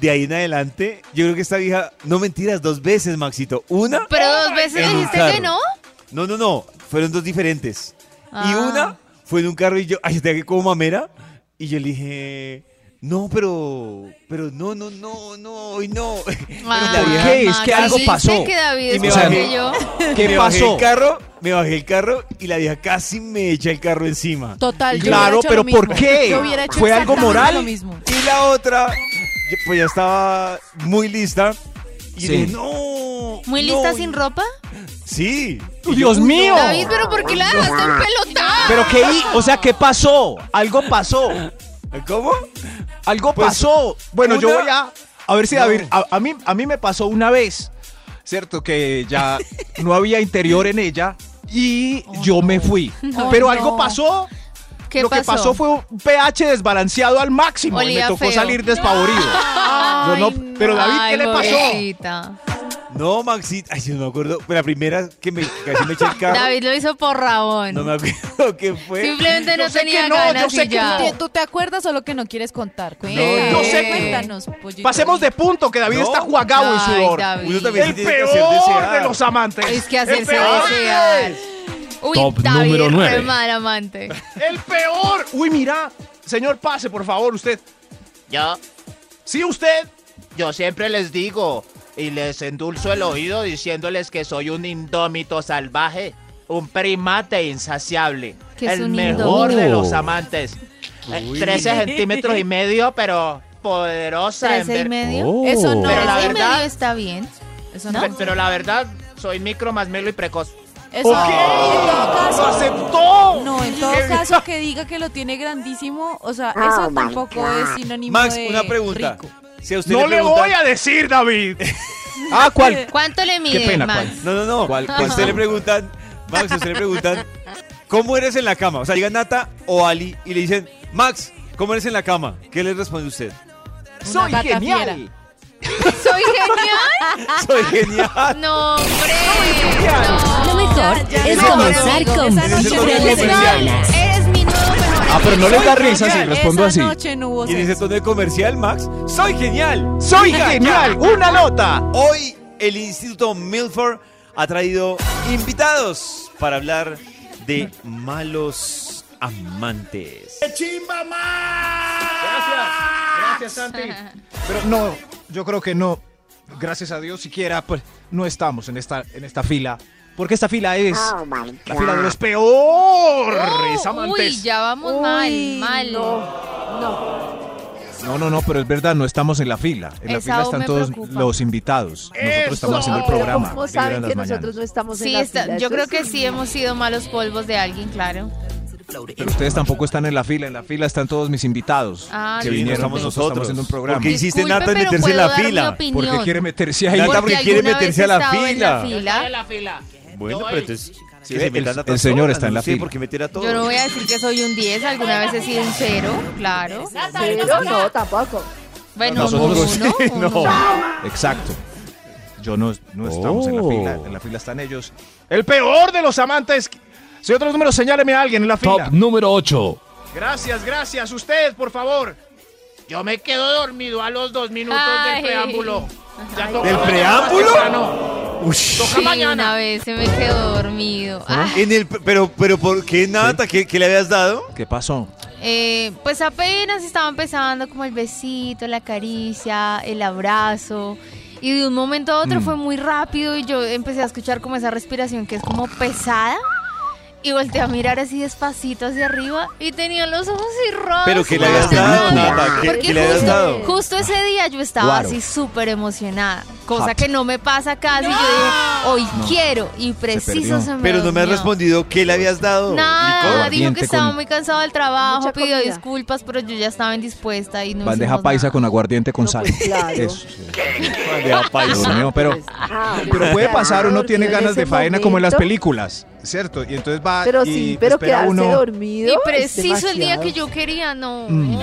[SPEAKER 2] de ahí en adelante, yo creo que esta vieja, no mentiras, dos veces, Maxito. Una,
[SPEAKER 3] Pero dos veces
[SPEAKER 2] En un
[SPEAKER 3] dijiste
[SPEAKER 2] carro.
[SPEAKER 3] que no.
[SPEAKER 2] no, no, no, fueron dos diferentes. Y
[SPEAKER 3] Ah.
[SPEAKER 2] una fue en un carro y yo, ay, te que como mamera. Y yo le dije, no, pero, pero no, no, no, no, hoy no. Pero la
[SPEAKER 3] Ah,
[SPEAKER 2] vieja-
[SPEAKER 4] qué? Es que
[SPEAKER 3] Maxi,
[SPEAKER 4] algo
[SPEAKER 3] ¿viste
[SPEAKER 4] pasó.
[SPEAKER 3] que David
[SPEAKER 2] Y
[SPEAKER 3] es
[SPEAKER 2] me
[SPEAKER 3] mejor
[SPEAKER 4] bajé.
[SPEAKER 3] que yo?
[SPEAKER 4] ¿Qué
[SPEAKER 2] me Bajé
[SPEAKER 4] pasó?
[SPEAKER 2] el carro, me bajé el carro y la vieja casi me echa el carro encima.
[SPEAKER 6] Total, yo
[SPEAKER 4] Claro,
[SPEAKER 6] hubiera hecho
[SPEAKER 4] pero
[SPEAKER 6] lo mismo.
[SPEAKER 4] ¿por qué?
[SPEAKER 6] Yo hubiera hecho
[SPEAKER 4] ¿Fue algo
[SPEAKER 6] exactamente
[SPEAKER 4] moral?
[SPEAKER 6] Lo mismo.
[SPEAKER 2] Y la otra, yo- pues ya estaba muy lista. Y
[SPEAKER 4] Sí.
[SPEAKER 2] yo dije, no.
[SPEAKER 3] ¿Muy
[SPEAKER 2] no".
[SPEAKER 3] lista sin ropa?
[SPEAKER 2] Sí.
[SPEAKER 4] Oh, ¡Dios mío!
[SPEAKER 3] David, ¿pero por qué la dejaste un pelotado?
[SPEAKER 4] ¿Pero qué? hi- O sea, ¿qué pasó? Algo pasó.
[SPEAKER 2] ¿Cómo?
[SPEAKER 4] Algo
[SPEAKER 2] Pues,
[SPEAKER 4] pasó. Bueno, yo
[SPEAKER 2] una-
[SPEAKER 4] voy a. A ver si
[SPEAKER 2] No.
[SPEAKER 4] David. A, a mí, a mí me pasó una vez. Cierto que ya no había interior en ella y
[SPEAKER 2] Oh,
[SPEAKER 4] yo me fui.
[SPEAKER 6] No,
[SPEAKER 4] Pero
[SPEAKER 6] no.
[SPEAKER 4] algo pasó.
[SPEAKER 3] ¿Qué
[SPEAKER 4] Lo que pasó fue un pH desbalanceado al máximo y me
[SPEAKER 3] Olía
[SPEAKER 4] tocó
[SPEAKER 3] feo.
[SPEAKER 4] salir despavorido. Yo no- pero David, ¿qué
[SPEAKER 3] Ay, eh.
[SPEAKER 4] le pasó?
[SPEAKER 3] pobrecita.
[SPEAKER 2] No, Maxito. Ay, yo no me acuerdo. Fue La primera que me casi me eché el carro.
[SPEAKER 3] David lo hizo por Rabón.
[SPEAKER 2] No me acuerdo qué fue.
[SPEAKER 3] Simplemente no
[SPEAKER 5] Yo sé que
[SPEAKER 3] tenía
[SPEAKER 5] no, yo
[SPEAKER 3] ganas
[SPEAKER 5] sé
[SPEAKER 3] y
[SPEAKER 5] que
[SPEAKER 3] ya.
[SPEAKER 5] no.
[SPEAKER 6] ¿Tú- ¿Tú te acuerdas o lo que no quieres contar?
[SPEAKER 2] yo
[SPEAKER 6] Cuéntanos,
[SPEAKER 4] sé que-
[SPEAKER 6] cuéntanos, pollito.
[SPEAKER 4] Pasemos de punto, que David
[SPEAKER 2] No.
[SPEAKER 4] está jugado en
[SPEAKER 3] Ay,
[SPEAKER 4] sudor.
[SPEAKER 3] David.
[SPEAKER 2] Uno también
[SPEAKER 4] El
[SPEAKER 2] se tiene que hacer
[SPEAKER 4] peor
[SPEAKER 2] desear.
[SPEAKER 4] de los amantes.
[SPEAKER 3] Es que
[SPEAKER 4] el
[SPEAKER 3] hacerse
[SPEAKER 4] peor.
[SPEAKER 3] desear. Uy,
[SPEAKER 7] Top
[SPEAKER 3] David,
[SPEAKER 7] número
[SPEAKER 3] re
[SPEAKER 7] nueve.
[SPEAKER 3] mal amante.
[SPEAKER 4] El peor. Uy, mira. Señor, pase, por favor, usted.
[SPEAKER 5] Yo,
[SPEAKER 4] Sí, usted.
[SPEAKER 5] yo siempre les digo y les endulzo el oído diciéndoles que soy un indómito salvaje, un primate insaciable,
[SPEAKER 3] ¿Qué es
[SPEAKER 5] el
[SPEAKER 3] un
[SPEAKER 5] mejor de
[SPEAKER 7] indómito?
[SPEAKER 5] los amantes. Eh, 13 centímetros y medio, pero poderosa. en
[SPEAKER 3] Trece y
[SPEAKER 5] ver-
[SPEAKER 3] medio.
[SPEAKER 7] Oh.
[SPEAKER 6] Eso no,
[SPEAKER 5] Pero la
[SPEAKER 3] Trece y
[SPEAKER 5] verdad-
[SPEAKER 3] medio está bien.
[SPEAKER 6] eso no.
[SPEAKER 5] Pe- Pero la verdad, soy micro más melo y precoz.
[SPEAKER 6] Eso
[SPEAKER 4] Ok.
[SPEAKER 6] no, en todo
[SPEAKER 4] ¡Lo
[SPEAKER 6] caso-
[SPEAKER 4] aceptó! Eh,
[SPEAKER 6] No, en todo caso que diga que lo tiene grandísimo, o sea, eso tampoco es sinónimo
[SPEAKER 2] Max,
[SPEAKER 6] de
[SPEAKER 2] una pregunta.
[SPEAKER 6] rico.
[SPEAKER 2] Si a usted
[SPEAKER 4] No le
[SPEAKER 2] preguntan-
[SPEAKER 4] voy a decir, David.
[SPEAKER 7] Ah, ¿cuál?
[SPEAKER 3] ¿Cuánto le mide,
[SPEAKER 4] pena,
[SPEAKER 3] Max?
[SPEAKER 4] ¿cuál?
[SPEAKER 2] No, no, no.
[SPEAKER 7] ¿Cuál-
[SPEAKER 2] A
[SPEAKER 7] cuál?
[SPEAKER 2] usted le preguntan, Max, a usted le preguntan, ¿cómo eres en la cama? O sea, llega Nata o Ali y le dicen, Max, ¿cómo eres en la cama? ¿Qué le responde usted?
[SPEAKER 4] Soy
[SPEAKER 6] gata
[SPEAKER 4] genial.
[SPEAKER 6] fiera.
[SPEAKER 3] ¿Soy genial?
[SPEAKER 2] Soy genial.
[SPEAKER 3] No, hombre.
[SPEAKER 1] Lo
[SPEAKER 3] No.
[SPEAKER 1] mejor es
[SPEAKER 3] no,
[SPEAKER 1] comenzar
[SPEAKER 6] no, no,
[SPEAKER 1] con
[SPEAKER 6] esa noche
[SPEAKER 1] Vibra en las
[SPEAKER 6] no,
[SPEAKER 1] mañanas.
[SPEAKER 3] Eres mi nuevo mejor
[SPEAKER 7] Ah, pero no le da risa si respondo
[SPEAKER 6] Esa
[SPEAKER 7] así.
[SPEAKER 6] noche no hubo
[SPEAKER 2] Y en ese
[SPEAKER 6] sexo.
[SPEAKER 2] tono de comercial, Max, soy genial.
[SPEAKER 4] Soy genial. Una nota.
[SPEAKER 2] Hoy el Instituto Milford ha traído invitados para hablar de malos amantes.
[SPEAKER 4] chimba Gracias. Gracias, Santi. Pero no, yo creo que no. Gracias a Dios siquiera, pues no estamos en esta, en esta fila. Porque esta fila es la fila de los peores
[SPEAKER 3] Oh,
[SPEAKER 4] amantes.
[SPEAKER 3] uy, ya vamos
[SPEAKER 6] Uy,
[SPEAKER 3] mal, mal.
[SPEAKER 4] No, no, no, pero es verdad, no estamos en la fila. En la
[SPEAKER 3] Esa
[SPEAKER 4] fila
[SPEAKER 3] aún
[SPEAKER 4] están
[SPEAKER 3] me
[SPEAKER 4] todos
[SPEAKER 3] preocupa.
[SPEAKER 4] los invitados. Nosotros estamos haciendo el
[SPEAKER 8] Pero
[SPEAKER 4] programa.
[SPEAKER 8] ¿Cómo
[SPEAKER 4] Vibra en
[SPEAKER 8] saben
[SPEAKER 4] las
[SPEAKER 8] que
[SPEAKER 4] mañanos.
[SPEAKER 8] nosotros no estamos en
[SPEAKER 3] Sí,
[SPEAKER 8] la
[SPEAKER 3] está-
[SPEAKER 8] fila?
[SPEAKER 3] yo
[SPEAKER 8] Eso
[SPEAKER 3] creo
[SPEAKER 8] es-
[SPEAKER 3] que sí hemos sido malos polvos de alguien, claro.
[SPEAKER 4] Pero ustedes tampoco están en la fila. En la fila están todos mis invitados.
[SPEAKER 3] Ah,
[SPEAKER 2] Que
[SPEAKER 3] no,
[SPEAKER 2] vinieron,
[SPEAKER 3] disculpe.
[SPEAKER 2] estamos nosotros.
[SPEAKER 4] Estamos haciendo un programa.
[SPEAKER 2] Porque hiciste
[SPEAKER 3] Disculpe,
[SPEAKER 2] Nata en
[SPEAKER 3] pero
[SPEAKER 2] meterse en
[SPEAKER 3] puedo
[SPEAKER 2] la
[SPEAKER 3] dar mi
[SPEAKER 2] fila.
[SPEAKER 3] opinión.
[SPEAKER 4] Porque quiere meterse ahí.
[SPEAKER 2] Nata, porque quiere
[SPEAKER 3] alguna vez
[SPEAKER 2] meterse
[SPEAKER 3] he
[SPEAKER 2] a la
[SPEAKER 3] estado en
[SPEAKER 2] fila.
[SPEAKER 5] Yo en la fila. eh,
[SPEAKER 2] Bueno,
[SPEAKER 5] Yo
[SPEAKER 2] pero
[SPEAKER 5] en-
[SPEAKER 2] entonces.
[SPEAKER 4] Sí,
[SPEAKER 2] que se
[SPEAKER 4] el-
[SPEAKER 2] metan a
[SPEAKER 4] el
[SPEAKER 2] todas
[SPEAKER 4] señor
[SPEAKER 2] horas,
[SPEAKER 4] está en
[SPEAKER 2] no
[SPEAKER 4] la
[SPEAKER 2] sé
[SPEAKER 4] fila.
[SPEAKER 2] por qué meter a todos.
[SPEAKER 3] Yo no voy a decir que soy un 10, alguna vez he sido un 0, claro.
[SPEAKER 8] Pero no, tampoco.
[SPEAKER 3] Bueno, un uno,
[SPEAKER 4] Nosotros sí,
[SPEAKER 3] un uno.
[SPEAKER 4] Exacto. Yo no, no estamos en la
[SPEAKER 7] Oh.
[SPEAKER 4] fila. En la fila están ellos. El peor de los amantes. Si otros números, señáleme a alguien en la fila.
[SPEAKER 7] Top número 8.
[SPEAKER 4] Gracias, gracias. Usted, por favor.
[SPEAKER 5] Yo me quedo dormido a los dos minutos
[SPEAKER 3] Ay.
[SPEAKER 5] del preámbulo. Ya toca
[SPEAKER 2] ¿Del
[SPEAKER 5] mañana más
[SPEAKER 2] preámbulo?
[SPEAKER 5] temprano.
[SPEAKER 2] Ush.
[SPEAKER 5] Toca
[SPEAKER 3] Sí,
[SPEAKER 5] mañana.
[SPEAKER 3] una vez se me quedó dormido. Ah,
[SPEAKER 2] ¿Ah? En el, pero, pero, ¿por qué Nata? ¿Qué, qué le habías dado?
[SPEAKER 4] ¿Qué pasó?
[SPEAKER 3] eh, pues apenas estaba empezando como el besito, la caricia, el abrazo. Y de un momento a otro
[SPEAKER 2] Mm.
[SPEAKER 3] fue muy rápido y yo empecé a escuchar como esa respiración que es como pesada. Y volteé a mirar así despacito hacia arriba y tenía los ojos cerrados.
[SPEAKER 2] ¿Pero qué le
[SPEAKER 3] no
[SPEAKER 2] habías
[SPEAKER 3] hice
[SPEAKER 2] dado,
[SPEAKER 3] nada.
[SPEAKER 2] Nata? ¿Qué,
[SPEAKER 3] Porque
[SPEAKER 2] qué le habías
[SPEAKER 3] justo-
[SPEAKER 2] dado?
[SPEAKER 3] Justo ese día yo estaba
[SPEAKER 4] Claro.
[SPEAKER 3] así súper emocionada, cosa que no me pasa casi. Yo dije, hoy quiero y preciso
[SPEAKER 4] perdió.
[SPEAKER 3] se, me
[SPEAKER 2] Pero no me has
[SPEAKER 3] durmió.
[SPEAKER 2] respondido qué le habías dado.
[SPEAKER 3] Nada,
[SPEAKER 4] Licor.
[SPEAKER 3] dijo que
[SPEAKER 4] Ardiente
[SPEAKER 3] estaba
[SPEAKER 4] con-
[SPEAKER 3] muy cansado del trabajo,
[SPEAKER 8] Mucha
[SPEAKER 3] pidió
[SPEAKER 8] comida.
[SPEAKER 3] disculpas, pero yo ya estaba indispuesta y no
[SPEAKER 4] Bandeja
[SPEAKER 3] hicimos
[SPEAKER 4] paisa
[SPEAKER 3] nada.
[SPEAKER 4] con aguardiente con
[SPEAKER 8] No,
[SPEAKER 4] sal.
[SPEAKER 8] pues, claro.
[SPEAKER 4] Eso. sí.
[SPEAKER 2] Bandeja
[SPEAKER 4] Dios
[SPEAKER 2] paisa.
[SPEAKER 4] mío, pero,
[SPEAKER 8] Ah,
[SPEAKER 4] pero puede
[SPEAKER 8] claro,
[SPEAKER 4] pasar, uno tiene
[SPEAKER 8] porque en
[SPEAKER 4] ganas de
[SPEAKER 8] ese
[SPEAKER 4] faena como en las
[SPEAKER 8] momento-
[SPEAKER 4] películas, ¿cierto? Y entonces va
[SPEAKER 8] Pero
[SPEAKER 4] y
[SPEAKER 8] sí, pero
[SPEAKER 4] espera
[SPEAKER 8] quedarse
[SPEAKER 4] uno.
[SPEAKER 8] dormido.
[SPEAKER 3] Y
[SPEAKER 8] es
[SPEAKER 3] preciso el día
[SPEAKER 8] demasiado.
[SPEAKER 3] que yo quería, no.
[SPEAKER 4] Mm.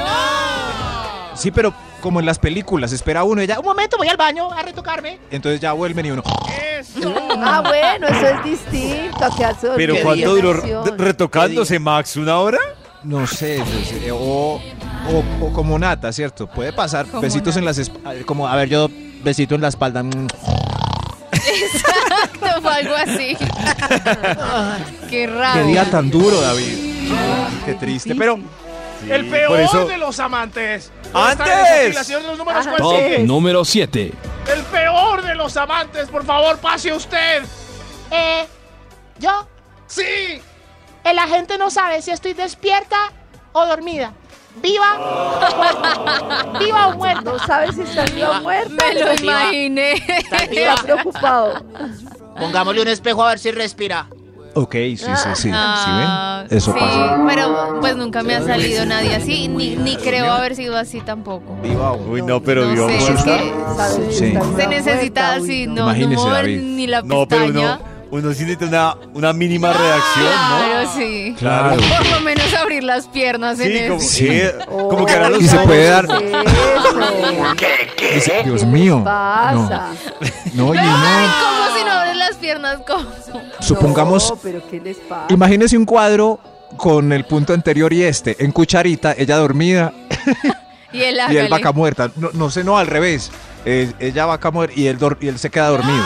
[SPEAKER 4] Sí, pero como en las películas, espera uno y ya,
[SPEAKER 5] Un momento, voy al baño a retocarme.
[SPEAKER 4] entonces ya vuelven y uno.
[SPEAKER 8] Ah, bueno, eso es distinto a quedarse dormido.
[SPEAKER 2] Pero
[SPEAKER 8] en
[SPEAKER 2] ¿cuánto
[SPEAKER 8] una
[SPEAKER 2] duró
[SPEAKER 8] relación.
[SPEAKER 2] retocándose, Max? ¿Una hora?
[SPEAKER 4] No sé, pues, eh, o, o- o como nata, ¿cierto? Puede pasar
[SPEAKER 3] Como
[SPEAKER 4] besitos en las espaldas, como, a ver, yo besito en la espalda. mm.
[SPEAKER 3] Exacto, fue algo así. Qué
[SPEAKER 4] Qué
[SPEAKER 3] raro.
[SPEAKER 4] día tan duro, David. Qué triste, pero...
[SPEAKER 2] el peor por eso- de
[SPEAKER 4] los amantes.
[SPEAKER 2] Antes. Está en esa fila,
[SPEAKER 4] de
[SPEAKER 2] señor
[SPEAKER 4] los
[SPEAKER 8] números, ¿cuál
[SPEAKER 7] Top
[SPEAKER 8] sigue?
[SPEAKER 7] número 7.
[SPEAKER 4] El peor de los amantes, por favor, pase usted.
[SPEAKER 5] Eh, yo,
[SPEAKER 4] Sí.
[SPEAKER 5] eh, la gente no sabe si estoy despierta o dormida. Viva o muerta. Viva o muerta.
[SPEAKER 8] No sabes si está vivo o muerto.
[SPEAKER 3] Me lo imaginé.
[SPEAKER 8] Está preocupado.
[SPEAKER 5] Pongámosle un espejo a ver si respira.
[SPEAKER 4] Ok, sí, sí, sí.
[SPEAKER 3] Ah,
[SPEAKER 4] ¿Sí ven? Eso
[SPEAKER 3] sí,
[SPEAKER 4] pasa.
[SPEAKER 3] Pero pues nunca me ha salido nadie así, ni, ni creo haber sido así tampoco.
[SPEAKER 4] Viva uno.
[SPEAKER 2] Uy, no, pero
[SPEAKER 3] no
[SPEAKER 2] vio
[SPEAKER 3] sé, es
[SPEAKER 2] muerta.
[SPEAKER 3] que
[SPEAKER 8] Sabes si
[SPEAKER 4] Sí.
[SPEAKER 8] está viva o
[SPEAKER 3] se necesita
[SPEAKER 8] muerta, uy,
[SPEAKER 3] así,
[SPEAKER 8] no.
[SPEAKER 3] no, no
[SPEAKER 4] Imagínese,
[SPEAKER 3] mover
[SPEAKER 4] David.
[SPEAKER 3] ni la
[SPEAKER 2] No, pero
[SPEAKER 3] pestaña.
[SPEAKER 2] no. uno sí necesita una, una mínima redacción, ¿no?
[SPEAKER 3] Claro, sí.
[SPEAKER 7] Claro.
[SPEAKER 3] Por lo menos abrir las piernas en
[SPEAKER 2] Sí, como,
[SPEAKER 3] eso.
[SPEAKER 2] sí, como que
[SPEAKER 3] Oh,
[SPEAKER 2] ahora los
[SPEAKER 7] Y se puede dar.
[SPEAKER 8] Eso.
[SPEAKER 7] Dice, Dios
[SPEAKER 8] ¿Qué
[SPEAKER 7] mío.
[SPEAKER 8] les pasa?
[SPEAKER 7] No, no, y
[SPEAKER 3] Ay,
[SPEAKER 7] no.
[SPEAKER 3] ¿cómo si no abres las piernas? ¿Cómo?
[SPEAKER 4] Supongamos,
[SPEAKER 8] No, pero ¿qué les pasa?
[SPEAKER 4] imagínese un cuadro con el punto anterior y este, en cucharita, ella dormida
[SPEAKER 3] Y él,
[SPEAKER 4] y él
[SPEAKER 3] hágale.
[SPEAKER 4] vaca muerta. No, no sé, no, al revés. Eh, ella vaca muerta y él, dor- y él se queda dormido.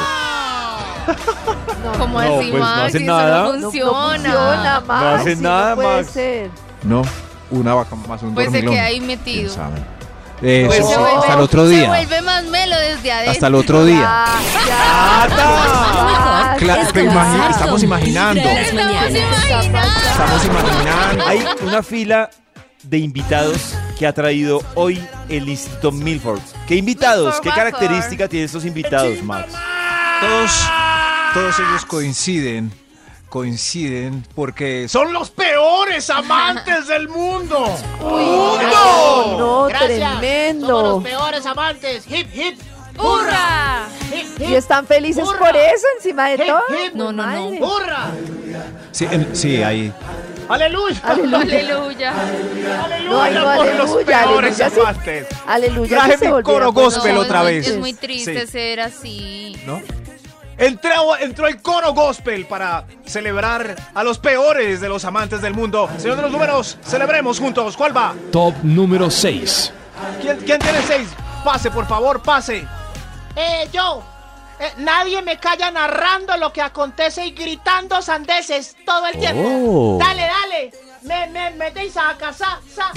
[SPEAKER 3] ¿Cómo
[SPEAKER 2] No,
[SPEAKER 3] así,
[SPEAKER 2] pues, no
[SPEAKER 3] Max?
[SPEAKER 2] hace
[SPEAKER 3] Eso
[SPEAKER 2] nada.
[SPEAKER 3] no
[SPEAKER 8] No, no
[SPEAKER 3] funciona.
[SPEAKER 8] funciona, Maxi, No
[SPEAKER 2] hace nada,
[SPEAKER 8] puede
[SPEAKER 2] Max.
[SPEAKER 8] ser.
[SPEAKER 4] No, una vaca más un
[SPEAKER 3] Pues se
[SPEAKER 4] dormilón.
[SPEAKER 3] queda ahí
[SPEAKER 4] ¿Quién
[SPEAKER 3] metido.
[SPEAKER 4] sabe? Eso,
[SPEAKER 2] Pues
[SPEAKER 4] sí,
[SPEAKER 3] Se
[SPEAKER 8] no.
[SPEAKER 3] vuelve-
[SPEAKER 4] hasta el otro
[SPEAKER 3] Se
[SPEAKER 4] día.
[SPEAKER 3] vuelve más melo desde adentro.
[SPEAKER 4] Hasta el otro día.
[SPEAKER 8] Ya, ya, ya,
[SPEAKER 4] Ah, Claro,
[SPEAKER 8] ya,
[SPEAKER 4] pero
[SPEAKER 8] ya.
[SPEAKER 4] imagina-
[SPEAKER 1] Comenzar
[SPEAKER 4] estamos
[SPEAKER 1] con
[SPEAKER 4] imaginando.
[SPEAKER 1] Vibra en las
[SPEAKER 3] Estamos
[SPEAKER 1] mañanas.
[SPEAKER 3] imaginando.
[SPEAKER 4] Estamos imaginando.
[SPEAKER 2] Hay una fila de invitados que ha traído hoy el Instituto Milford. ¿Qué invitados?
[SPEAKER 3] Milford
[SPEAKER 2] ¿Qué
[SPEAKER 3] Baffer.
[SPEAKER 2] característica tienen estos invitados, Max?
[SPEAKER 4] todos, todos ellos coinciden, coinciden porque son los peores amantes del mundo.
[SPEAKER 8] No, no,
[SPEAKER 5] Gracias. Somos los
[SPEAKER 8] tremendo.
[SPEAKER 5] peores amantes. Hip, hip.
[SPEAKER 3] ¡Hurra!
[SPEAKER 5] Hip, hip.
[SPEAKER 8] Y están felices
[SPEAKER 5] Hurra.
[SPEAKER 8] por eso encima de
[SPEAKER 5] Hip,
[SPEAKER 8] todo.
[SPEAKER 5] hip.
[SPEAKER 1] No, no, no.
[SPEAKER 8] Madre.
[SPEAKER 5] ¡Hurra!
[SPEAKER 4] Sí, en- sí, ahí.
[SPEAKER 5] ¡Aleluya!
[SPEAKER 8] Aleluya.
[SPEAKER 3] Aleluya.
[SPEAKER 8] No, ahí no,
[SPEAKER 5] por los
[SPEAKER 8] aleluya,
[SPEAKER 5] peores
[SPEAKER 8] aleluya, sí.
[SPEAKER 5] amantes.
[SPEAKER 8] Aleluya.
[SPEAKER 4] Traje
[SPEAKER 8] que se
[SPEAKER 4] mi
[SPEAKER 8] volvieron
[SPEAKER 4] coro
[SPEAKER 8] con
[SPEAKER 4] gospel
[SPEAKER 8] los
[SPEAKER 4] otra
[SPEAKER 3] es muy-
[SPEAKER 4] vez.
[SPEAKER 3] Es muy triste
[SPEAKER 4] Sí.
[SPEAKER 3] ser así.
[SPEAKER 4] ¿no? Entró, entró el coro gospel para celebrar a los peores de los amantes del mundo. Señor de los números, celebremos juntos. ¿Cuál va?
[SPEAKER 7] Top número 6.
[SPEAKER 4] ¿Quién, quién tiene seis? Pase, por favor, pase.
[SPEAKER 5] Eh, yo. eh, nadie me calla narrando lo que acontece y gritando sandeces todo el tiempo. Dale, dale. Me, me, metéis a casa. Sa.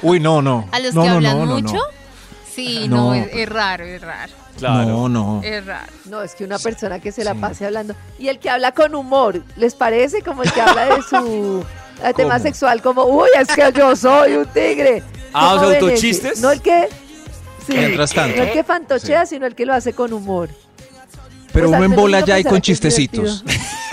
[SPEAKER 4] Uy, no, no.
[SPEAKER 3] A los que hablan mucho. Sí,
[SPEAKER 4] No,
[SPEAKER 3] no, es,
[SPEAKER 4] pero-
[SPEAKER 3] es raro, es raro,
[SPEAKER 4] No, no.
[SPEAKER 3] es raro.
[SPEAKER 8] No, es que una persona que se la pase hablando. Y el que habla con humor, ¿les parece? Como el que habla de su eh, tema
[SPEAKER 4] ¿Cómo?
[SPEAKER 8] sexual, como, uy, es que yo soy un tigre.
[SPEAKER 2] Ah,
[SPEAKER 8] ¿Cómo
[SPEAKER 2] o sea,
[SPEAKER 8] ven ese?
[SPEAKER 2] autochistes.
[SPEAKER 8] No el que. Sí,
[SPEAKER 4] Mientras tanto.
[SPEAKER 8] no el que fantochea, sino el que lo hace con humor.
[SPEAKER 4] Pero
[SPEAKER 8] Pues
[SPEAKER 4] uno
[SPEAKER 8] antes
[SPEAKER 4] en
[SPEAKER 8] uno
[SPEAKER 4] bola ya y
[SPEAKER 8] pensaba
[SPEAKER 4] con
[SPEAKER 8] que es
[SPEAKER 4] chistecitos.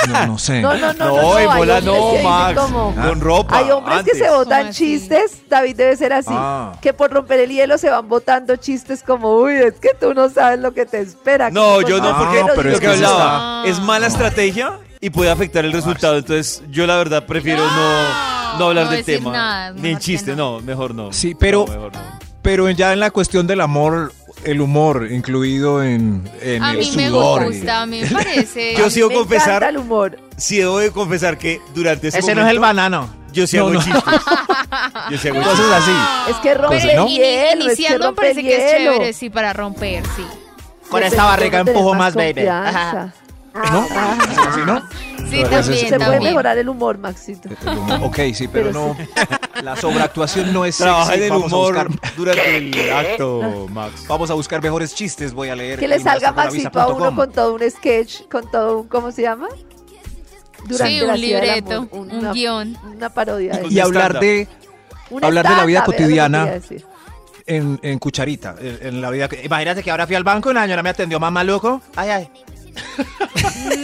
[SPEAKER 4] No, no sé.
[SPEAKER 8] No, no, no. No,
[SPEAKER 2] No, en
[SPEAKER 8] hay
[SPEAKER 2] bola
[SPEAKER 8] hombres
[SPEAKER 2] no,
[SPEAKER 8] que dicen
[SPEAKER 2] Max. ¿Ah?
[SPEAKER 8] como-
[SPEAKER 2] Con ropa.
[SPEAKER 8] Hay hombres que se
[SPEAKER 2] antes.
[SPEAKER 8] botan
[SPEAKER 3] ¿Cómo así?
[SPEAKER 8] chistes, David debe ser así,
[SPEAKER 4] Ah.
[SPEAKER 8] que por romper el hielo se van botando chistes como, uy, es que tú no sabes lo que te espera. Ah.
[SPEAKER 2] No,
[SPEAKER 8] que
[SPEAKER 2] yo no,
[SPEAKER 8] por-
[SPEAKER 2] porque
[SPEAKER 4] no, Ah, pero
[SPEAKER 2] lo
[SPEAKER 4] es
[SPEAKER 2] que
[SPEAKER 4] que sí
[SPEAKER 2] hablaba
[SPEAKER 3] está-
[SPEAKER 2] es
[SPEAKER 8] Ah.
[SPEAKER 2] mala estrategia y puede afectar el resultado. Entonces, yo la verdad prefiero no, no hablar
[SPEAKER 3] No
[SPEAKER 2] del
[SPEAKER 3] decir
[SPEAKER 2] tema.
[SPEAKER 3] nada,
[SPEAKER 2] Ni
[SPEAKER 3] mejor
[SPEAKER 2] en
[SPEAKER 3] que
[SPEAKER 2] chiste,
[SPEAKER 3] no.
[SPEAKER 2] no. mejor no.
[SPEAKER 4] Sí, pero-
[SPEAKER 2] No, mejor no.
[SPEAKER 4] Pero en- ya en la cuestión del amor, el humor incluido en, en
[SPEAKER 3] a
[SPEAKER 4] el
[SPEAKER 3] mí me
[SPEAKER 4] sudor. eh.
[SPEAKER 3] gusta, a mí me parece.
[SPEAKER 2] Yo sí debo
[SPEAKER 8] Eh, Me encanta
[SPEAKER 2] confesar,
[SPEAKER 8] el humor.
[SPEAKER 2] sí debo de confesar que durante ese, momento
[SPEAKER 4] banano.
[SPEAKER 2] yo sí
[SPEAKER 4] No,
[SPEAKER 2] hago
[SPEAKER 4] no.
[SPEAKER 2] chistes. Yo sí hago
[SPEAKER 4] Cosas
[SPEAKER 2] chistes.
[SPEAKER 4] así.
[SPEAKER 8] Es que rompe
[SPEAKER 3] Pero
[SPEAKER 8] el
[SPEAKER 3] ini-
[SPEAKER 8] hielo, es que
[SPEAKER 3] iniciando me
[SPEAKER 8] rompe
[SPEAKER 3] parece
[SPEAKER 8] el
[SPEAKER 3] que es
[SPEAKER 8] hielo.
[SPEAKER 3] chévere, sí, para romper, sí.
[SPEAKER 5] Con
[SPEAKER 8] Yo
[SPEAKER 5] esta
[SPEAKER 8] creo que
[SPEAKER 5] barriga
[SPEAKER 8] uno tiene
[SPEAKER 5] empujo más, baby.
[SPEAKER 8] confianza.
[SPEAKER 5] Ajá.
[SPEAKER 4] ¿No? ¿Así no?
[SPEAKER 3] Sí,
[SPEAKER 4] Pero
[SPEAKER 2] pues
[SPEAKER 4] eso sí
[SPEAKER 3] también,
[SPEAKER 8] Se puede
[SPEAKER 3] también.
[SPEAKER 8] mejorar el humor, Maxito.
[SPEAKER 4] El humor. Ok, sí, pero,
[SPEAKER 8] Pero
[SPEAKER 4] no. La sobreactuación no es
[SPEAKER 2] Trabaja en
[SPEAKER 4] sexy.
[SPEAKER 2] el
[SPEAKER 4] Vamos a
[SPEAKER 2] humor
[SPEAKER 4] buscar-
[SPEAKER 2] durante el acto, Max.
[SPEAKER 4] Vamos a buscar mejores chistes, voy a leer.
[SPEAKER 8] Que le
[SPEAKER 4] el nuestro
[SPEAKER 8] salga
[SPEAKER 4] por
[SPEAKER 8] Maxito a uno
[SPEAKER 4] avisa.com.
[SPEAKER 8] con todo un sketch, con todo un, ¿cómo se llama?
[SPEAKER 3] Sí, un
[SPEAKER 8] la Ciudad del
[SPEAKER 3] libreto,
[SPEAKER 8] Amor,
[SPEAKER 3] un
[SPEAKER 8] una-
[SPEAKER 3] guión.
[SPEAKER 8] Una parodia. de-
[SPEAKER 4] Y hablar de,
[SPEAKER 8] un
[SPEAKER 4] hablar de la vida
[SPEAKER 8] estándar, era lo que
[SPEAKER 4] cotidiana.
[SPEAKER 8] quería decir.
[SPEAKER 4] en, en cucharita, en, en la vida. que- Imagínate que ahora fui al
[SPEAKER 5] Banco un año, no me atendió más maluco. Ay, ay.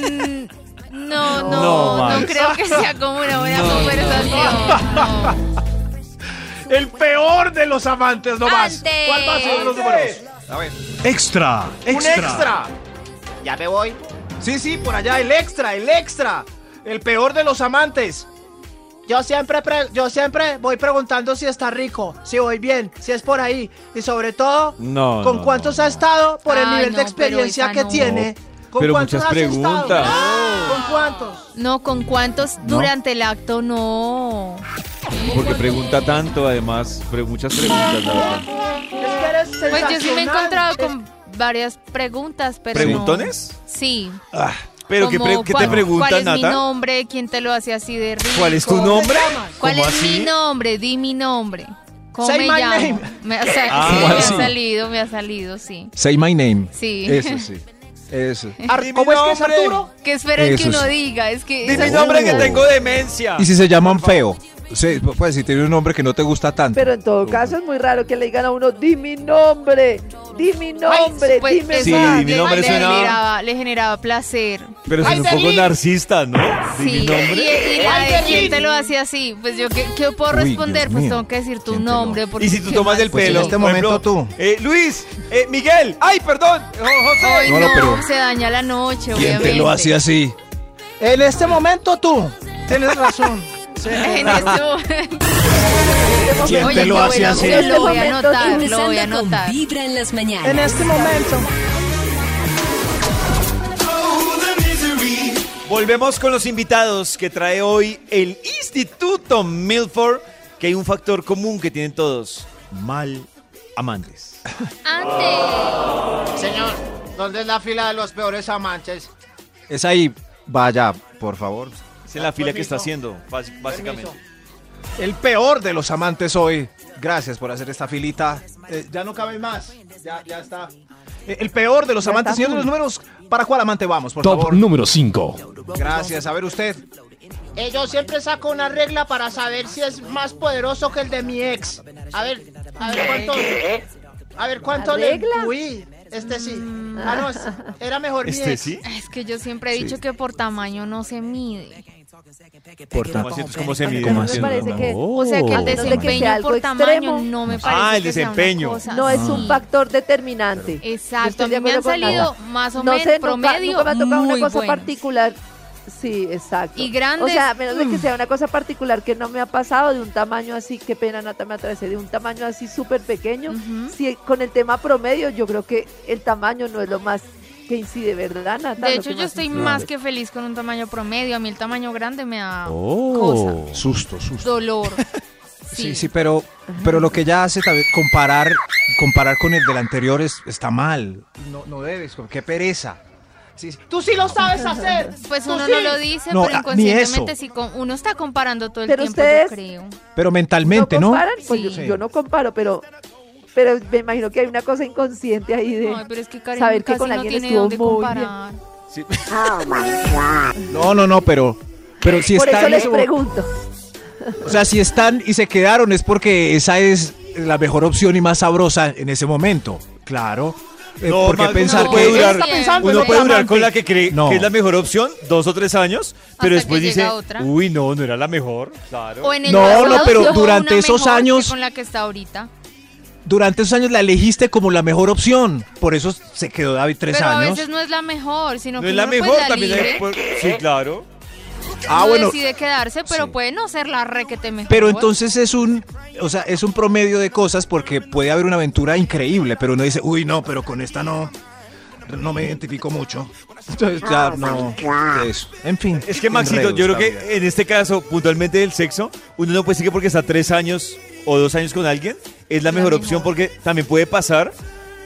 [SPEAKER 3] No, no,
[SPEAKER 2] No,
[SPEAKER 3] no,
[SPEAKER 2] Max.
[SPEAKER 3] creo que sea como una buena conversación. no.
[SPEAKER 5] El peor de los amantes, no más.
[SPEAKER 3] Antes.
[SPEAKER 5] ¿Cuál va a ser de los números?
[SPEAKER 7] Extra.
[SPEAKER 5] Un extra. Ya me voy.
[SPEAKER 4] Sí, sí, por allá, el extra, el extra. El peor de los amantes.
[SPEAKER 5] Yo siempre, pre- yo siempre voy preguntando si está rico, si voy bien, si es por ahí. Y sobre todo,
[SPEAKER 2] No,
[SPEAKER 5] ¿con
[SPEAKER 2] no,
[SPEAKER 5] cuántos
[SPEAKER 2] no,
[SPEAKER 5] ha
[SPEAKER 2] no.
[SPEAKER 5] estado por el
[SPEAKER 3] Ay,
[SPEAKER 5] nivel
[SPEAKER 3] no,
[SPEAKER 5] de
[SPEAKER 3] pero
[SPEAKER 5] experiencia
[SPEAKER 3] esa
[SPEAKER 5] que
[SPEAKER 3] no.
[SPEAKER 5] tiene? ¿Con
[SPEAKER 2] pero
[SPEAKER 5] cuántos
[SPEAKER 2] muchas
[SPEAKER 5] has estado? Ah,
[SPEAKER 2] preguntas.
[SPEAKER 5] ¿Con cuántos?
[SPEAKER 3] No, ¿con cuántos durante el acto? No.
[SPEAKER 2] Porque pregunta tanto, además, pero muchas preguntas, la verdad.
[SPEAKER 5] Es que eres
[SPEAKER 3] Pues yo sí me he
[SPEAKER 5] sensacional.
[SPEAKER 3] encontrado
[SPEAKER 5] Es-
[SPEAKER 3] con varias preguntas, pero no.
[SPEAKER 2] ¿Preguntones?
[SPEAKER 3] Sí.
[SPEAKER 2] Ah, pero ¿qué,
[SPEAKER 3] como,
[SPEAKER 2] pre- qué te
[SPEAKER 3] ¿cuál-
[SPEAKER 2] preguntan,
[SPEAKER 3] ¿Cuál es mi
[SPEAKER 2] Nata?
[SPEAKER 3] nombre? ¿Quién te lo hace así de rico?
[SPEAKER 2] ¿Cuál es tu nombre?
[SPEAKER 3] ¿Cuál
[SPEAKER 2] ¿Cómo
[SPEAKER 3] es
[SPEAKER 2] así?
[SPEAKER 3] mi nombre? Di mi nombre. ¿Cómo
[SPEAKER 5] Say
[SPEAKER 3] me
[SPEAKER 5] my
[SPEAKER 3] llamo?
[SPEAKER 5] name.
[SPEAKER 3] Me, ha sa-
[SPEAKER 2] Ah,
[SPEAKER 3] sí,
[SPEAKER 2] ¿cómo
[SPEAKER 3] me ha
[SPEAKER 2] así?
[SPEAKER 3] salido, me ha salido, sí.
[SPEAKER 4] Say my name.
[SPEAKER 3] Sí.
[SPEAKER 4] Eso sí. Eso.
[SPEAKER 5] Ar- ¿Cómo es que es Arturo?
[SPEAKER 3] ¿Qué esperan que
[SPEAKER 4] Eso
[SPEAKER 3] uno
[SPEAKER 4] sí.
[SPEAKER 3] diga? Es que
[SPEAKER 2] Di
[SPEAKER 3] esas-
[SPEAKER 2] mi nombre que tengo demencia.
[SPEAKER 4] ¿Y si se llaman feo? Sí, pues si tiene un nombre que no te gusta tanto.
[SPEAKER 8] Pero en todo caso es muy raro que le digan a uno, di mi nombre, di mi nombre,
[SPEAKER 3] Pues,
[SPEAKER 8] dime
[SPEAKER 3] eso
[SPEAKER 2] Sí,
[SPEAKER 8] más.
[SPEAKER 2] di mi
[SPEAKER 3] le-
[SPEAKER 2] nombre
[SPEAKER 3] le,
[SPEAKER 2] suena-
[SPEAKER 3] generaba, le generaba placer.
[SPEAKER 2] Pero es un poco narcisista, ¿no? Di mi
[SPEAKER 3] Sí, y,
[SPEAKER 2] nombre.
[SPEAKER 3] y la de quién te lo hace así. Pues yo, ¿qué, qué puedo
[SPEAKER 4] Uy,
[SPEAKER 3] responder?
[SPEAKER 4] Dios
[SPEAKER 3] pues
[SPEAKER 4] mío.
[SPEAKER 3] tengo que decir tu
[SPEAKER 4] ¿Quién te lo-
[SPEAKER 3] nombre. porque
[SPEAKER 2] Y si tú
[SPEAKER 3] qué
[SPEAKER 2] tomas
[SPEAKER 3] mal
[SPEAKER 2] del
[SPEAKER 3] soy.
[SPEAKER 4] Pues en
[SPEAKER 2] pelo,
[SPEAKER 4] este
[SPEAKER 2] por
[SPEAKER 4] momento
[SPEAKER 2] ejemplo,
[SPEAKER 4] tú.
[SPEAKER 2] eh, Luis, eh, Miguel, ay, perdón, oh, José.
[SPEAKER 4] Pues,
[SPEAKER 3] Ay,
[SPEAKER 4] No,
[SPEAKER 3] no,
[SPEAKER 4] no, pero-
[SPEAKER 3] se daña la noche,
[SPEAKER 4] ¿Quién
[SPEAKER 3] obviamente.
[SPEAKER 4] te lo hace así?
[SPEAKER 5] En este momento tú tienes razón. Sí.
[SPEAKER 3] En este momento.
[SPEAKER 7] ¿Quién te lo
[SPEAKER 3] qué
[SPEAKER 7] hace
[SPEAKER 3] buena,
[SPEAKER 7] así?
[SPEAKER 3] yo Lo voy a
[SPEAKER 8] Momento,
[SPEAKER 3] anotar, lo voy a
[SPEAKER 1] Empezando con
[SPEAKER 3] anotar.
[SPEAKER 1] Vibra en las mañanas.
[SPEAKER 5] En este momento.
[SPEAKER 2] Volvemos con los invitados que trae hoy el Instituto Milford, que hay un factor común que tienen todos, mal amantes.
[SPEAKER 3] Antes.
[SPEAKER 5] Señor, ¿dónde es la fila de los peores amantes?
[SPEAKER 4] Es ahí. Vaya, por favor.
[SPEAKER 2] Esa es la fila que está
[SPEAKER 5] Permiso.
[SPEAKER 2] haciendo, basi- básicamente.
[SPEAKER 5] Permiso.
[SPEAKER 4] El peor de los amantes hoy. Gracias por hacer esta filita.
[SPEAKER 5] Eh, ya no cabe más. Ya, ya está.
[SPEAKER 4] Eh, El peor de los amantes. Señor de los números, ¿para cuál amante vamos, por
[SPEAKER 7] Top
[SPEAKER 4] favor?
[SPEAKER 7] número 5.
[SPEAKER 4] Gracias. A ver usted.
[SPEAKER 5] Eh, yo siempre saco una regla para saber si es más poderoso que el de mi ex. A ver, a ver cuánto. A ver cuánto
[SPEAKER 8] ¿La
[SPEAKER 5] le.
[SPEAKER 8] regla?
[SPEAKER 5] Uy, este sí. Ah, no, es- era mejor mi
[SPEAKER 2] ¿Este
[SPEAKER 5] ex.
[SPEAKER 2] sí?
[SPEAKER 3] Es que yo siempre he dicho que por tamaño no se mide.
[SPEAKER 2] ¿Cómo así? Entonces, ¿Cómo se mide?
[SPEAKER 8] ¿Cómo me parece que
[SPEAKER 3] O sea
[SPEAKER 4] Oh.
[SPEAKER 3] que el
[SPEAKER 8] menos de que sea
[SPEAKER 3] desempeño
[SPEAKER 8] algo
[SPEAKER 3] por tamaño
[SPEAKER 8] extremo.
[SPEAKER 3] no me
[SPEAKER 2] Ah,
[SPEAKER 3] parece.
[SPEAKER 2] el
[SPEAKER 3] que sea una
[SPEAKER 2] desempeño.
[SPEAKER 3] cosa
[SPEAKER 8] no es
[SPEAKER 3] así.
[SPEAKER 8] un factor determinante.
[SPEAKER 3] Exacto,
[SPEAKER 8] Yo
[SPEAKER 3] a
[SPEAKER 8] estoy de
[SPEAKER 3] mí me han
[SPEAKER 8] acuerdo con
[SPEAKER 3] salido
[SPEAKER 8] Nata.
[SPEAKER 3] más o
[SPEAKER 8] No
[SPEAKER 3] menos
[SPEAKER 8] sé, nunca-
[SPEAKER 3] promedio
[SPEAKER 8] nunca me ha tocado
[SPEAKER 3] muy
[SPEAKER 8] una cosa
[SPEAKER 3] buenos.
[SPEAKER 8] particular. Sí, exacto.
[SPEAKER 3] Y grandes,
[SPEAKER 8] O sea, a menos de que
[SPEAKER 3] mm.
[SPEAKER 8] sea una cosa particular que no me ha pasado de un tamaño así, qué pena, Nata, me atravesé, de un tamaño así súper pequeño.
[SPEAKER 3] Ujú.
[SPEAKER 8] Si con el tema promedio, yo creo que el tamaño no es lo más que incide, ¿verdad, Nata?
[SPEAKER 3] De
[SPEAKER 8] Lo
[SPEAKER 3] hecho,
[SPEAKER 8] que
[SPEAKER 3] yo
[SPEAKER 8] más
[SPEAKER 3] estoy
[SPEAKER 8] incide.
[SPEAKER 3] más que feliz con un tamaño promedio. A mí el tamaño grande me da
[SPEAKER 2] Oh.
[SPEAKER 3] cosa,
[SPEAKER 7] Susto, susto.
[SPEAKER 3] dolor.
[SPEAKER 4] Sí, sí, pero, pero lo que ya hace también comparar, comparar con el del anterior es, está mal. No, no debes, qué pereza. Sí, sí.
[SPEAKER 5] Tú sí lo sabes hacer.
[SPEAKER 3] Pues
[SPEAKER 5] Tú
[SPEAKER 3] uno
[SPEAKER 5] sí.
[SPEAKER 3] no lo dice,
[SPEAKER 4] No,
[SPEAKER 3] pero
[SPEAKER 4] ah, ni
[SPEAKER 3] inconscientemente
[SPEAKER 4] eso.
[SPEAKER 3] sí, con- uno está comparando todo el
[SPEAKER 8] Pero
[SPEAKER 3] tiempo,
[SPEAKER 8] ustedes-
[SPEAKER 3] yo creo.
[SPEAKER 4] Pero mentalmente,
[SPEAKER 8] ¿No
[SPEAKER 4] ¿no?
[SPEAKER 8] comparan? Pues yo,
[SPEAKER 3] Sí.
[SPEAKER 8] yo no comparo, pero, pero me imagino que hay una cosa inconsciente ahí de...
[SPEAKER 3] Ay, pero es que Karen
[SPEAKER 8] saber que
[SPEAKER 3] casi
[SPEAKER 8] con
[SPEAKER 3] no
[SPEAKER 8] alguien
[SPEAKER 3] tiene
[SPEAKER 8] estuvo
[SPEAKER 3] dónde
[SPEAKER 8] muy
[SPEAKER 3] comparar.
[SPEAKER 2] Sí.
[SPEAKER 4] No, no, no, pero, pero si
[SPEAKER 8] Por
[SPEAKER 4] están,
[SPEAKER 8] eso les
[SPEAKER 4] o-
[SPEAKER 8] pregunto.
[SPEAKER 4] o sea, si están y se quedaron es porque esa es la mejor opción y más sabrosa en ese momento. Claro. Eh,
[SPEAKER 2] No,
[SPEAKER 4] porque
[SPEAKER 2] Max,
[SPEAKER 4] pensar
[SPEAKER 3] no,
[SPEAKER 4] que
[SPEAKER 3] es
[SPEAKER 4] durar
[SPEAKER 3] que-
[SPEAKER 5] pensando en
[SPEAKER 2] Uno
[SPEAKER 5] otro
[SPEAKER 2] puede durar
[SPEAKER 5] amante.
[SPEAKER 2] con la que cree
[SPEAKER 4] No.
[SPEAKER 2] que es la mejor opción dos o tres años, pero
[SPEAKER 3] Hasta
[SPEAKER 2] después
[SPEAKER 3] que
[SPEAKER 2] dice,
[SPEAKER 3] llega otra.
[SPEAKER 2] uy, no, no era la mejor. Claro.
[SPEAKER 3] O en el
[SPEAKER 4] No,
[SPEAKER 3] pasado
[SPEAKER 4] no, pero
[SPEAKER 3] tuvo
[SPEAKER 4] durante
[SPEAKER 3] una
[SPEAKER 4] esos
[SPEAKER 3] mejor que
[SPEAKER 4] años-
[SPEAKER 3] Con la que está ahorita.
[SPEAKER 4] durante esos años la elegiste como la mejor opción. Por eso se quedó David tres
[SPEAKER 3] Pero a
[SPEAKER 4] años.
[SPEAKER 3] veces no es la mejor, sino
[SPEAKER 2] No
[SPEAKER 3] que
[SPEAKER 2] es la
[SPEAKER 3] uno, pues,
[SPEAKER 2] mejor, también hay-
[SPEAKER 3] libre.
[SPEAKER 2] pues, Sí, claro.
[SPEAKER 4] Ah,
[SPEAKER 3] Uno
[SPEAKER 4] bueno.
[SPEAKER 3] decide quedarse, pero
[SPEAKER 4] Sí.
[SPEAKER 3] puede no ser la requete mejor.
[SPEAKER 4] Pero entonces es un, o sea, es un promedio de cosas porque puede haber una aventura increíble, pero uno dice, uy, no, pero con esta no, no me identifico mucho. Entonces ya no. Eso. En fin.
[SPEAKER 2] Es que Maxito,
[SPEAKER 4] enredos,
[SPEAKER 2] yo creo
[SPEAKER 4] la vida.
[SPEAKER 2] que en este caso, puntualmente del sexo, uno no puede decir que porque está tres años o dos años con alguien, es la
[SPEAKER 3] La
[SPEAKER 2] mejor
[SPEAKER 3] mejor.
[SPEAKER 2] opción porque también puede pasar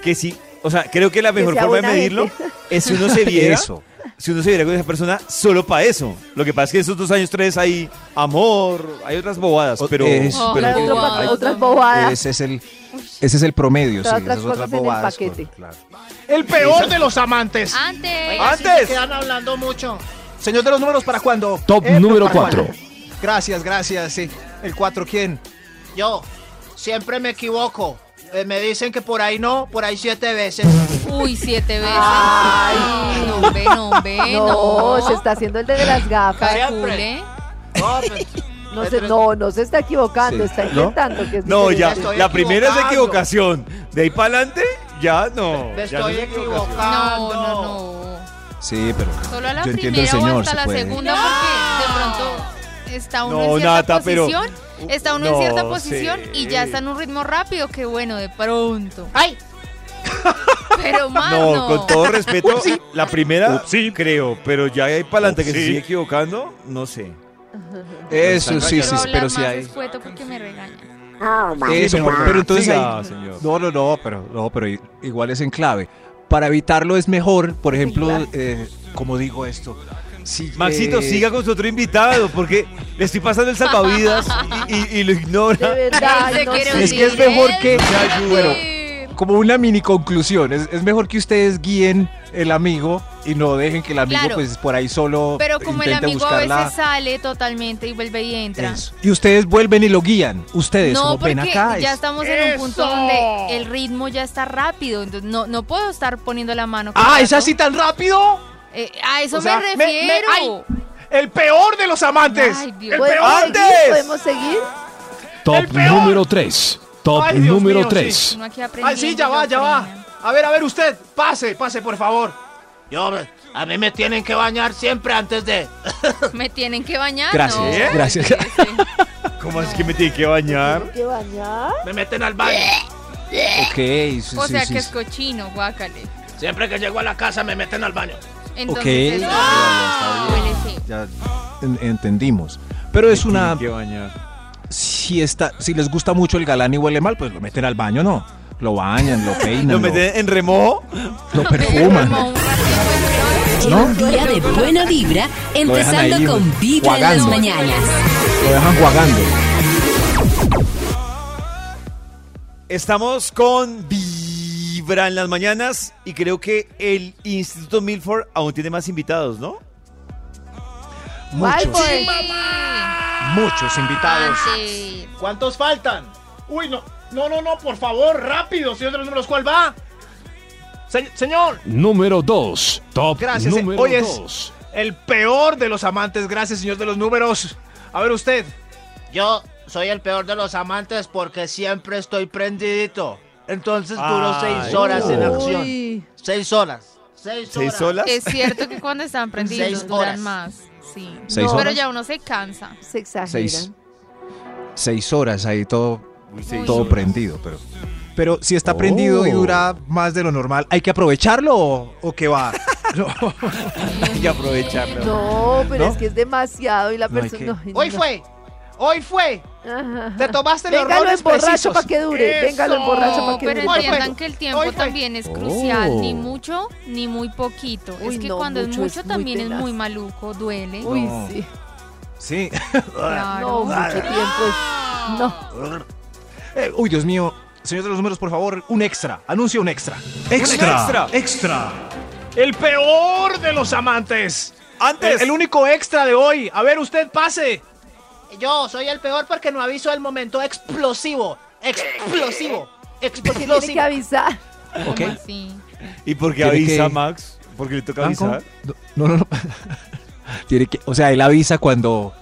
[SPEAKER 2] que si, o sea, creo que la mejor
[SPEAKER 8] sea
[SPEAKER 2] forma de
[SPEAKER 8] buena
[SPEAKER 2] medirlo
[SPEAKER 8] gente.
[SPEAKER 2] es si uno se viera,
[SPEAKER 4] Eso.
[SPEAKER 2] si uno se viera con esa persona solo para eso. Lo que pasa es que esos dos años, tres hay amor, hay otras bobadas,
[SPEAKER 4] O- eh,
[SPEAKER 2] pero,
[SPEAKER 4] eso,
[SPEAKER 2] pero-
[SPEAKER 8] Claro,
[SPEAKER 3] Pero-
[SPEAKER 8] otra-
[SPEAKER 3] Ay,
[SPEAKER 8] otras bobadas.
[SPEAKER 4] Ese es el, ese es el promedio, sí,
[SPEAKER 8] Ah. Todas las
[SPEAKER 4] esas otras
[SPEAKER 8] cosas en el
[SPEAKER 4] bobadas.
[SPEAKER 8] paquete.
[SPEAKER 4] claro.
[SPEAKER 5] El peor de los amantes.
[SPEAKER 3] Antes.
[SPEAKER 5] Oiga, sí se
[SPEAKER 2] Antes.
[SPEAKER 5] quedan hablando mucho.
[SPEAKER 4] Señor de los números, ¿para cuándo?
[SPEAKER 7] Top
[SPEAKER 4] Eh,
[SPEAKER 7] número
[SPEAKER 4] ¿para cuándo?
[SPEAKER 7] 4.
[SPEAKER 4] Gracias, gracias. Sí. El 4, ¿quién?
[SPEAKER 5] Yo siempre me equivoco. Eh, me dicen que por ahí no, por ahí siete veces.
[SPEAKER 3] Uy, siete veces.
[SPEAKER 8] Ay.
[SPEAKER 3] Ay, no ve, no ve,
[SPEAKER 8] No,
[SPEAKER 3] no.
[SPEAKER 8] se está haciendo el de las gafas.
[SPEAKER 3] Calcule.
[SPEAKER 5] No, pues,
[SPEAKER 8] No, se, no, no se está equivocando,
[SPEAKER 4] Sí.
[SPEAKER 8] está
[SPEAKER 4] ¿No?
[SPEAKER 8] intentando que es
[SPEAKER 2] no, ya,
[SPEAKER 8] diferente.
[SPEAKER 5] estoy
[SPEAKER 2] la primera es
[SPEAKER 5] equivocando.
[SPEAKER 2] equivocación. De ahí para adelante, ya no.
[SPEAKER 5] me
[SPEAKER 2] ya no
[SPEAKER 5] estoy
[SPEAKER 2] es equivocación.
[SPEAKER 3] No,
[SPEAKER 5] equivocando.
[SPEAKER 3] no, no.
[SPEAKER 4] Sí, pero.
[SPEAKER 3] Solo a la
[SPEAKER 4] yo entiendo el
[SPEAKER 3] primera o
[SPEAKER 4] señor.
[SPEAKER 3] hasta
[SPEAKER 4] se
[SPEAKER 3] la
[SPEAKER 4] puede.
[SPEAKER 3] segunda, porque de pronto está uno
[SPEAKER 2] No,
[SPEAKER 3] en cierta
[SPEAKER 2] Nata, pero-
[SPEAKER 3] posición. Está uno en
[SPEAKER 2] No
[SPEAKER 3] cierta
[SPEAKER 2] sé.
[SPEAKER 3] posición y ya está en un ritmo rápido, que bueno, de pronto.
[SPEAKER 5] ¡Ay!
[SPEAKER 3] Pero más
[SPEAKER 2] Ah, No,
[SPEAKER 3] no.
[SPEAKER 2] con todo respeto, la primera
[SPEAKER 7] Upsi.
[SPEAKER 2] creo, pero ya hay para adelante que se
[SPEAKER 7] Upsi.
[SPEAKER 2] sigue equivocando, no sé.
[SPEAKER 4] Eso, sí,
[SPEAKER 3] Quiero
[SPEAKER 4] sí, sí,
[SPEAKER 3] hablar
[SPEAKER 4] pero sí
[SPEAKER 3] más
[SPEAKER 4] hay.
[SPEAKER 3] escueto porque me regañan.
[SPEAKER 4] Eso,
[SPEAKER 2] mejor
[SPEAKER 4] pero,
[SPEAKER 2] no.
[SPEAKER 4] pero entonces
[SPEAKER 2] Siga,
[SPEAKER 4] ahí-
[SPEAKER 2] señor.
[SPEAKER 4] No, no, no, pero, no, pero i- igual es en clave. Para evitarlo es mejor, por ejemplo, eh, como digo esto. Si,
[SPEAKER 2] Maxito,
[SPEAKER 4] eh,
[SPEAKER 2] siga con su otro invitado, porque le estoy pasando el salvavidas y, y- y lo
[SPEAKER 8] De
[SPEAKER 2] ignora.
[SPEAKER 8] verdad,
[SPEAKER 3] Él se
[SPEAKER 8] no
[SPEAKER 3] quiere
[SPEAKER 8] sé.
[SPEAKER 4] Es que es
[SPEAKER 3] hundir,
[SPEAKER 4] mejor
[SPEAKER 3] él
[SPEAKER 4] que-
[SPEAKER 3] se
[SPEAKER 4] Ya,
[SPEAKER 3] quiere
[SPEAKER 4] bueno.
[SPEAKER 3] hundir.
[SPEAKER 4] Como una mini conclusión, es, es mejor que ustedes guíen el amigo y no dejen que el amigo
[SPEAKER 3] Claro.
[SPEAKER 4] pues por ahí solo
[SPEAKER 3] Pero como el
[SPEAKER 4] intente
[SPEAKER 3] amigo a
[SPEAKER 4] buscar la-
[SPEAKER 3] veces sale totalmente y vuelve y entra.
[SPEAKER 4] Eso. Y ustedes vuelven y lo guían, ustedes,
[SPEAKER 3] No,
[SPEAKER 4] como
[SPEAKER 3] porque
[SPEAKER 4] ven acá.
[SPEAKER 3] ya
[SPEAKER 4] es-
[SPEAKER 3] estamos en un punto donde el ritmo ya está rápido, entonces no, no puedo estar poniendo la mano. cada
[SPEAKER 4] Ah, es
[SPEAKER 3] rato.
[SPEAKER 4] así tan rápido.
[SPEAKER 3] Eh, a eso
[SPEAKER 4] O sea,
[SPEAKER 3] me
[SPEAKER 4] me-
[SPEAKER 5] me-
[SPEAKER 3] refiero.
[SPEAKER 4] El peor de los amantes.
[SPEAKER 3] Ay, Dios.
[SPEAKER 8] ¿Podemos seguir?
[SPEAKER 4] ¡Antes!
[SPEAKER 8] ¿Podemos seguir?
[SPEAKER 7] Top
[SPEAKER 5] El peor.
[SPEAKER 7] número 3. Top
[SPEAKER 5] Ay, Dios mío,
[SPEAKER 7] número
[SPEAKER 5] sí.
[SPEAKER 7] 3.
[SPEAKER 3] Uno aquí
[SPEAKER 5] ¡Ay, sí, ya
[SPEAKER 3] aprendiendo,
[SPEAKER 5] va, ya va!
[SPEAKER 3] aprendiendo.
[SPEAKER 5] A ver, a ver, usted, pase, pase, por favor. Yo, a mí me tienen que bañar siempre antes de...
[SPEAKER 3] Me tienen que bañar.
[SPEAKER 4] Gracias,
[SPEAKER 3] no.
[SPEAKER 4] ¿Eh? gracias.
[SPEAKER 2] ¿Cómo es que me tiene que bañar?
[SPEAKER 8] ¿Qué bañar?
[SPEAKER 5] Me meten al baño.
[SPEAKER 4] Ok, sí, sí,
[SPEAKER 3] O sea
[SPEAKER 4] sí,
[SPEAKER 3] que es
[SPEAKER 4] sí.
[SPEAKER 3] cochino, guácale.
[SPEAKER 5] Siempre que llego a la casa me meten al baño.
[SPEAKER 3] Entonces,
[SPEAKER 4] Ok.
[SPEAKER 3] es-
[SPEAKER 4] No.
[SPEAKER 3] Huele feo.
[SPEAKER 4] Ya en- entendimos. Pero es una.
[SPEAKER 2] Tiene que bañar.
[SPEAKER 4] Si, está, si les gusta mucho el galán y huele mal, pues lo meten al baño, no. Lo bañan, lo peinan,
[SPEAKER 2] ¿Lo
[SPEAKER 4] lo,
[SPEAKER 2] meten en remojo?
[SPEAKER 4] lo perfuman.
[SPEAKER 3] Como un ratito,
[SPEAKER 1] Lleva un día de buena vibra,
[SPEAKER 4] Lo dejan ahí,
[SPEAKER 1] empezando con Vibra en las
[SPEAKER 4] guagando.
[SPEAKER 1] mañanas.
[SPEAKER 4] Lo dejan guagando.
[SPEAKER 2] Estamos con Vibra en las mañanas y creo que el Instituto Milford aún tiene más invitados, ¿no?
[SPEAKER 8] Mal,
[SPEAKER 4] Muchos,
[SPEAKER 8] pues.
[SPEAKER 4] muchos invitados.
[SPEAKER 3] antes.
[SPEAKER 5] ¿Cuántos faltan? Uy, no, no, no, no, por favor, rápido, señor de los números, ¿cuál va? Se- señor,
[SPEAKER 7] Número 2. Top
[SPEAKER 5] Gracias, eh.
[SPEAKER 7] número
[SPEAKER 5] Hoy es-
[SPEAKER 7] 2.
[SPEAKER 5] el peor de los amantes, gracias, señor de los números. A ver usted. Yo soy el peor de los amantes porque siempre estoy prendidito. Entonces duro
[SPEAKER 2] Ay.
[SPEAKER 5] seis horas en acción.
[SPEAKER 8] Uy.
[SPEAKER 5] Seis horas. Seis,
[SPEAKER 2] ¿Seis
[SPEAKER 5] horas.
[SPEAKER 2] solas?
[SPEAKER 3] Es cierto que cuando están prendidos
[SPEAKER 5] Seis horas.
[SPEAKER 3] duran más. Sí.
[SPEAKER 4] Seis
[SPEAKER 3] Pero
[SPEAKER 4] horas.
[SPEAKER 3] ya uno se cansa.
[SPEAKER 8] Se exageran.
[SPEAKER 4] Seis. Seis horas ahí todo,
[SPEAKER 3] seis
[SPEAKER 4] todo
[SPEAKER 3] horas.
[SPEAKER 4] prendido, pero. Pero si está prendido y
[SPEAKER 5] Oh.
[SPEAKER 4] dura más de lo normal, ¿hay que aprovecharlo o, o qué va? No.
[SPEAKER 2] Y aprovecharlo.
[SPEAKER 8] No, pero
[SPEAKER 4] ¿No?
[SPEAKER 8] es que es demasiado y la
[SPEAKER 4] No hay
[SPEAKER 8] persona.
[SPEAKER 4] que-
[SPEAKER 8] ay,
[SPEAKER 5] Hoy
[SPEAKER 8] no.
[SPEAKER 5] fue. Hoy fue.
[SPEAKER 8] Ajá, ajá.
[SPEAKER 5] Te tomaste los
[SPEAKER 8] Véngalo
[SPEAKER 5] roles
[SPEAKER 8] en borracho
[SPEAKER 5] precisos.
[SPEAKER 8] para que dure.
[SPEAKER 5] Eso.
[SPEAKER 8] Véngalo en borracho para
[SPEAKER 3] No,
[SPEAKER 8] que
[SPEAKER 3] pero
[SPEAKER 8] dure.
[SPEAKER 5] Hoy fue.
[SPEAKER 3] entiendan que el
[SPEAKER 5] Hoy
[SPEAKER 3] tiempo
[SPEAKER 5] fue.
[SPEAKER 3] también es crucial, ni
[SPEAKER 4] Oh.
[SPEAKER 3] mucho ni muy poquito.
[SPEAKER 8] Uy,
[SPEAKER 3] es que
[SPEAKER 8] no,
[SPEAKER 3] cuando es
[SPEAKER 8] mucho
[SPEAKER 3] mucho
[SPEAKER 8] es muy
[SPEAKER 3] también es
[SPEAKER 8] tenaz.
[SPEAKER 3] muy maluco, duele.
[SPEAKER 8] Uy,
[SPEAKER 4] No.
[SPEAKER 8] sí.
[SPEAKER 4] Sí.
[SPEAKER 8] No,
[SPEAKER 3] claro.
[SPEAKER 8] mucho tiempo es. No.
[SPEAKER 4] Eh, uy, Dios mío. Señor de los números, por favor, un extra. Anuncia un extra.
[SPEAKER 2] Extra.
[SPEAKER 4] Extra.
[SPEAKER 5] El peor de los amantes.
[SPEAKER 2] Antes.
[SPEAKER 5] único extra de hoy. A ver, usted pase. Yo soy el peor porque no aviso el momento explosivo. Explosivo.
[SPEAKER 8] Tiene que
[SPEAKER 5] Explosivo.
[SPEAKER 8] avisar.
[SPEAKER 3] ¿Cómo
[SPEAKER 4] Ok.
[SPEAKER 3] así?
[SPEAKER 2] ¿Y por qué
[SPEAKER 4] Tiene
[SPEAKER 2] avisa
[SPEAKER 4] que-
[SPEAKER 2] Max? Porque le toca
[SPEAKER 4] ¿Banco?
[SPEAKER 2] avisar.
[SPEAKER 4] No, no, no. Tiene que, o sea, él avisa cuando,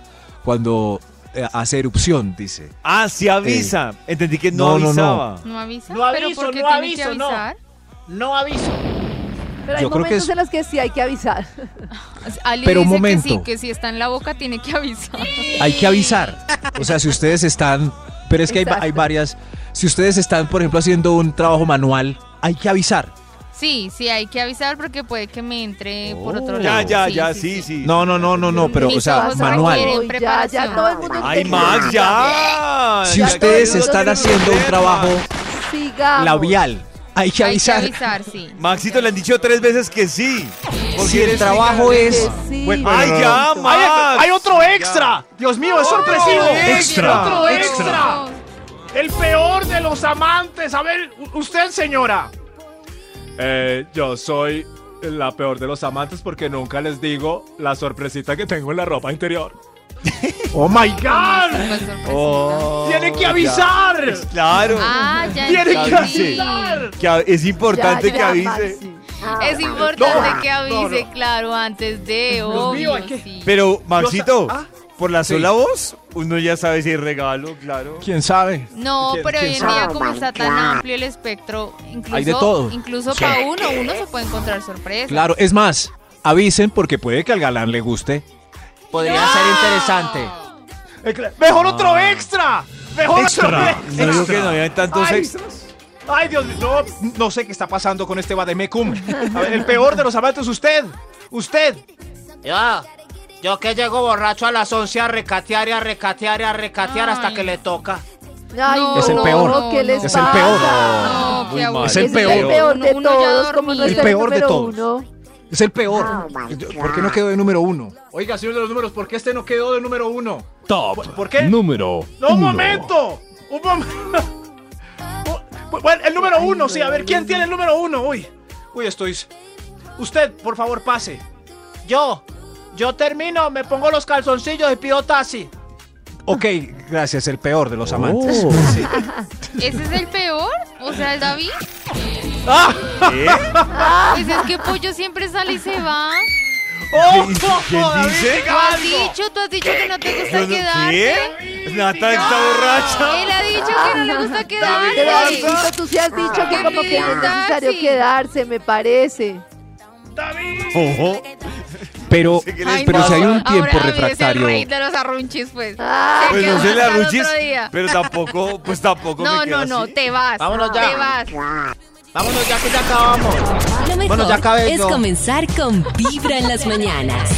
[SPEAKER 4] cuando eh, hace erupción, dice.
[SPEAKER 2] Ah, sí avisa. Entendí que no,
[SPEAKER 4] No, no, no.
[SPEAKER 2] avisaba.
[SPEAKER 3] ¿No avisa?
[SPEAKER 5] No
[SPEAKER 3] ¿Pero
[SPEAKER 5] aviso,
[SPEAKER 3] por qué
[SPEAKER 5] no
[SPEAKER 3] tiene que
[SPEAKER 5] aviso, no.
[SPEAKER 3] avisar?
[SPEAKER 5] No aviso.
[SPEAKER 8] Pero hay
[SPEAKER 4] Yo creo que
[SPEAKER 8] momentos
[SPEAKER 4] es-
[SPEAKER 8] en los que sí hay que avisar.
[SPEAKER 3] Ali
[SPEAKER 4] Pero un
[SPEAKER 3] dice
[SPEAKER 4] momento.
[SPEAKER 3] que sí, que si está en la boca tiene que avisar.
[SPEAKER 4] Hay que avisar. O sea, si ustedes están. Pero es que hay, va- hay
[SPEAKER 8] Exacto.
[SPEAKER 4] varias. Si ustedes están, por ejemplo, haciendo un trabajo manual, hay que avisar.
[SPEAKER 3] Sí, sí, hay que avisar porque puede que me entre por
[SPEAKER 4] Oh.
[SPEAKER 3] otro
[SPEAKER 2] Ya,
[SPEAKER 3] lado.
[SPEAKER 2] ya, ya, sí, sí.
[SPEAKER 4] No, no, no, no, no, pero, o
[SPEAKER 3] Mis
[SPEAKER 4] sea,
[SPEAKER 3] ojos
[SPEAKER 4] manual.
[SPEAKER 3] requieren-
[SPEAKER 8] Uy, ya, ya, todo el mundo.
[SPEAKER 2] ¡Ay,
[SPEAKER 8] entendió.
[SPEAKER 2] Max, ya!
[SPEAKER 4] Si
[SPEAKER 2] Ya
[SPEAKER 4] ustedes
[SPEAKER 2] todo el mundo
[SPEAKER 4] están
[SPEAKER 2] tiene
[SPEAKER 4] haciendo un
[SPEAKER 2] problemas.
[SPEAKER 4] trabajo
[SPEAKER 8] Sigamos.
[SPEAKER 4] labial, hay que
[SPEAKER 3] Hay que
[SPEAKER 4] avisar.
[SPEAKER 3] avisar, sí.
[SPEAKER 2] Maxito le han dicho tres veces que sí. Porque
[SPEAKER 4] Si el
[SPEAKER 2] eres-
[SPEAKER 4] trabajo
[SPEAKER 8] Que
[SPEAKER 4] es.
[SPEAKER 8] sí.
[SPEAKER 4] Bueno,
[SPEAKER 2] ¡Ay,
[SPEAKER 4] no, no,
[SPEAKER 2] ya, Max! Oh,
[SPEAKER 5] otro extra! ¡Dios mío, es sorpresivo!
[SPEAKER 2] extra,
[SPEAKER 5] ¡Otro extra! ¡El peor de los amantes! A ver, u- usted, señora.
[SPEAKER 9] Eh, yo soy la peor de los amantes porque nunca les digo la sorpresita que tengo en la ropa interior.
[SPEAKER 4] Oh my God.
[SPEAKER 5] ¡Gan!
[SPEAKER 3] Pues, sorpresita.
[SPEAKER 4] Oh.
[SPEAKER 5] ¡Tiene que avisar!
[SPEAKER 2] Oh, Claro.
[SPEAKER 3] Ah, ya
[SPEAKER 5] ¡Tiene que
[SPEAKER 3] entendí.
[SPEAKER 5] avisar!
[SPEAKER 2] Que a- es importante
[SPEAKER 8] Ya,
[SPEAKER 2] que
[SPEAKER 8] ya,
[SPEAKER 2] avise.
[SPEAKER 8] Maxi.
[SPEAKER 3] Es importante que avise, claro, antes de obvio,
[SPEAKER 5] mío, hay que-
[SPEAKER 3] sí.
[SPEAKER 2] Pero, Maxito,
[SPEAKER 5] ah,
[SPEAKER 2] por la
[SPEAKER 4] sí.
[SPEAKER 2] sola voz, uno ya sabe si es regalo, claro.
[SPEAKER 4] ¿Quién sabe?
[SPEAKER 3] No,
[SPEAKER 4] ¿Quién-
[SPEAKER 3] pero hoy
[SPEAKER 4] quién
[SPEAKER 3] en
[SPEAKER 4] sabe?
[SPEAKER 3] día como está tan amplio el espectro, incluso,
[SPEAKER 4] Hay de todo.
[SPEAKER 3] incluso
[SPEAKER 4] Sí.
[SPEAKER 3] para uno, uno se puede encontrar sorpresa.
[SPEAKER 4] Claro, es más, avisen porque puede que al galán le guste. Podría ser interesante.
[SPEAKER 5] Eh, cla- ¡Mejor otro extra! ¡Mejor
[SPEAKER 4] Extra.
[SPEAKER 5] otro
[SPEAKER 2] Ah. No digo que no habían tantos
[SPEAKER 5] Ay.
[SPEAKER 2] extras.
[SPEAKER 5] ¡Ay, Dios mío! No, no sé qué está pasando con este Bademecum. A ver, el peor de los amantes, usted. Usted. Yo, yo que llego borracho a las 11 a recatear y a recatear y a recatear hasta
[SPEAKER 3] Ay.
[SPEAKER 5] que le toca.
[SPEAKER 8] Ay,
[SPEAKER 3] No,
[SPEAKER 4] Es el peor.
[SPEAKER 8] ¿Qué les
[SPEAKER 4] Es el peor.
[SPEAKER 8] pasa?
[SPEAKER 3] No,
[SPEAKER 2] Muy
[SPEAKER 3] qué
[SPEAKER 2] mal.
[SPEAKER 3] aburrido.
[SPEAKER 4] Es el
[SPEAKER 8] Ese Es el
[SPEAKER 4] peor.
[SPEAKER 8] peor de
[SPEAKER 3] Uno- uno ya
[SPEAKER 8] todos, como no
[SPEAKER 3] dormido.
[SPEAKER 8] es el peor de todos.
[SPEAKER 4] Es el peor. ¿Por qué no quedó de número uno?
[SPEAKER 5] Oiga, señor de los números, ¿por qué este no quedó de número uno?
[SPEAKER 7] Top
[SPEAKER 5] ¿Por qué?
[SPEAKER 7] número
[SPEAKER 5] ¡No, un
[SPEAKER 7] uno.
[SPEAKER 5] momento! ¡Un momento! bueno, el número uno, sí. A ver, ¿quién tiene el número uno? Uy, uy, estoy... Usted, por favor, pase. Yo, yo termino, me pongo los calzoncillos y pido taxi.
[SPEAKER 4] Ok, gracias, el peor de los amantes. Sí.
[SPEAKER 3] ¿Ese es el peor? O sea, el David.
[SPEAKER 2] ¿Qué?
[SPEAKER 3] Pues es que Pollo siempre sale y se va.
[SPEAKER 5] ¡Oh!
[SPEAKER 2] ¿Qué- quién dice?
[SPEAKER 5] David,
[SPEAKER 3] Tú
[SPEAKER 5] diga
[SPEAKER 3] has
[SPEAKER 5] algo.
[SPEAKER 3] dicho, tú has dicho que no te
[SPEAKER 2] Yo
[SPEAKER 3] gusta
[SPEAKER 2] no-
[SPEAKER 3] quedarte.
[SPEAKER 2] ¿Qué? Nata está borracha.
[SPEAKER 3] Él ha dicho que no le gusta
[SPEAKER 8] Pero
[SPEAKER 3] quedarte.
[SPEAKER 8] Alvarito, tú sí has dicho que
[SPEAKER 3] Que
[SPEAKER 8] como que no es
[SPEAKER 3] pidan
[SPEAKER 8] necesario
[SPEAKER 3] taxi.
[SPEAKER 8] quedarse, me parece.
[SPEAKER 5] David.
[SPEAKER 2] Ojo.
[SPEAKER 4] Pero,
[SPEAKER 2] ¿qué les
[SPEAKER 4] pero si hay un
[SPEAKER 3] Ahora
[SPEAKER 4] tiempo
[SPEAKER 3] David es el
[SPEAKER 4] refractario.
[SPEAKER 3] rey de los arrunchis, pues. Se
[SPEAKER 2] Pues no
[SPEAKER 3] quedó
[SPEAKER 2] se le
[SPEAKER 3] hasta el
[SPEAKER 2] arruchis,
[SPEAKER 3] otro día.
[SPEAKER 2] pero tampoco, pues tampoco
[SPEAKER 3] No,
[SPEAKER 2] me quedo
[SPEAKER 3] no, no,
[SPEAKER 2] así.
[SPEAKER 3] te vas.
[SPEAKER 5] Vámonos ya.
[SPEAKER 3] Te vas.
[SPEAKER 5] Vámonos ya que ya acabamos.
[SPEAKER 1] Lo mejor
[SPEAKER 5] Bueno, ya acabé
[SPEAKER 1] es
[SPEAKER 5] yo.
[SPEAKER 1] comenzar con Vibra en las mañanas.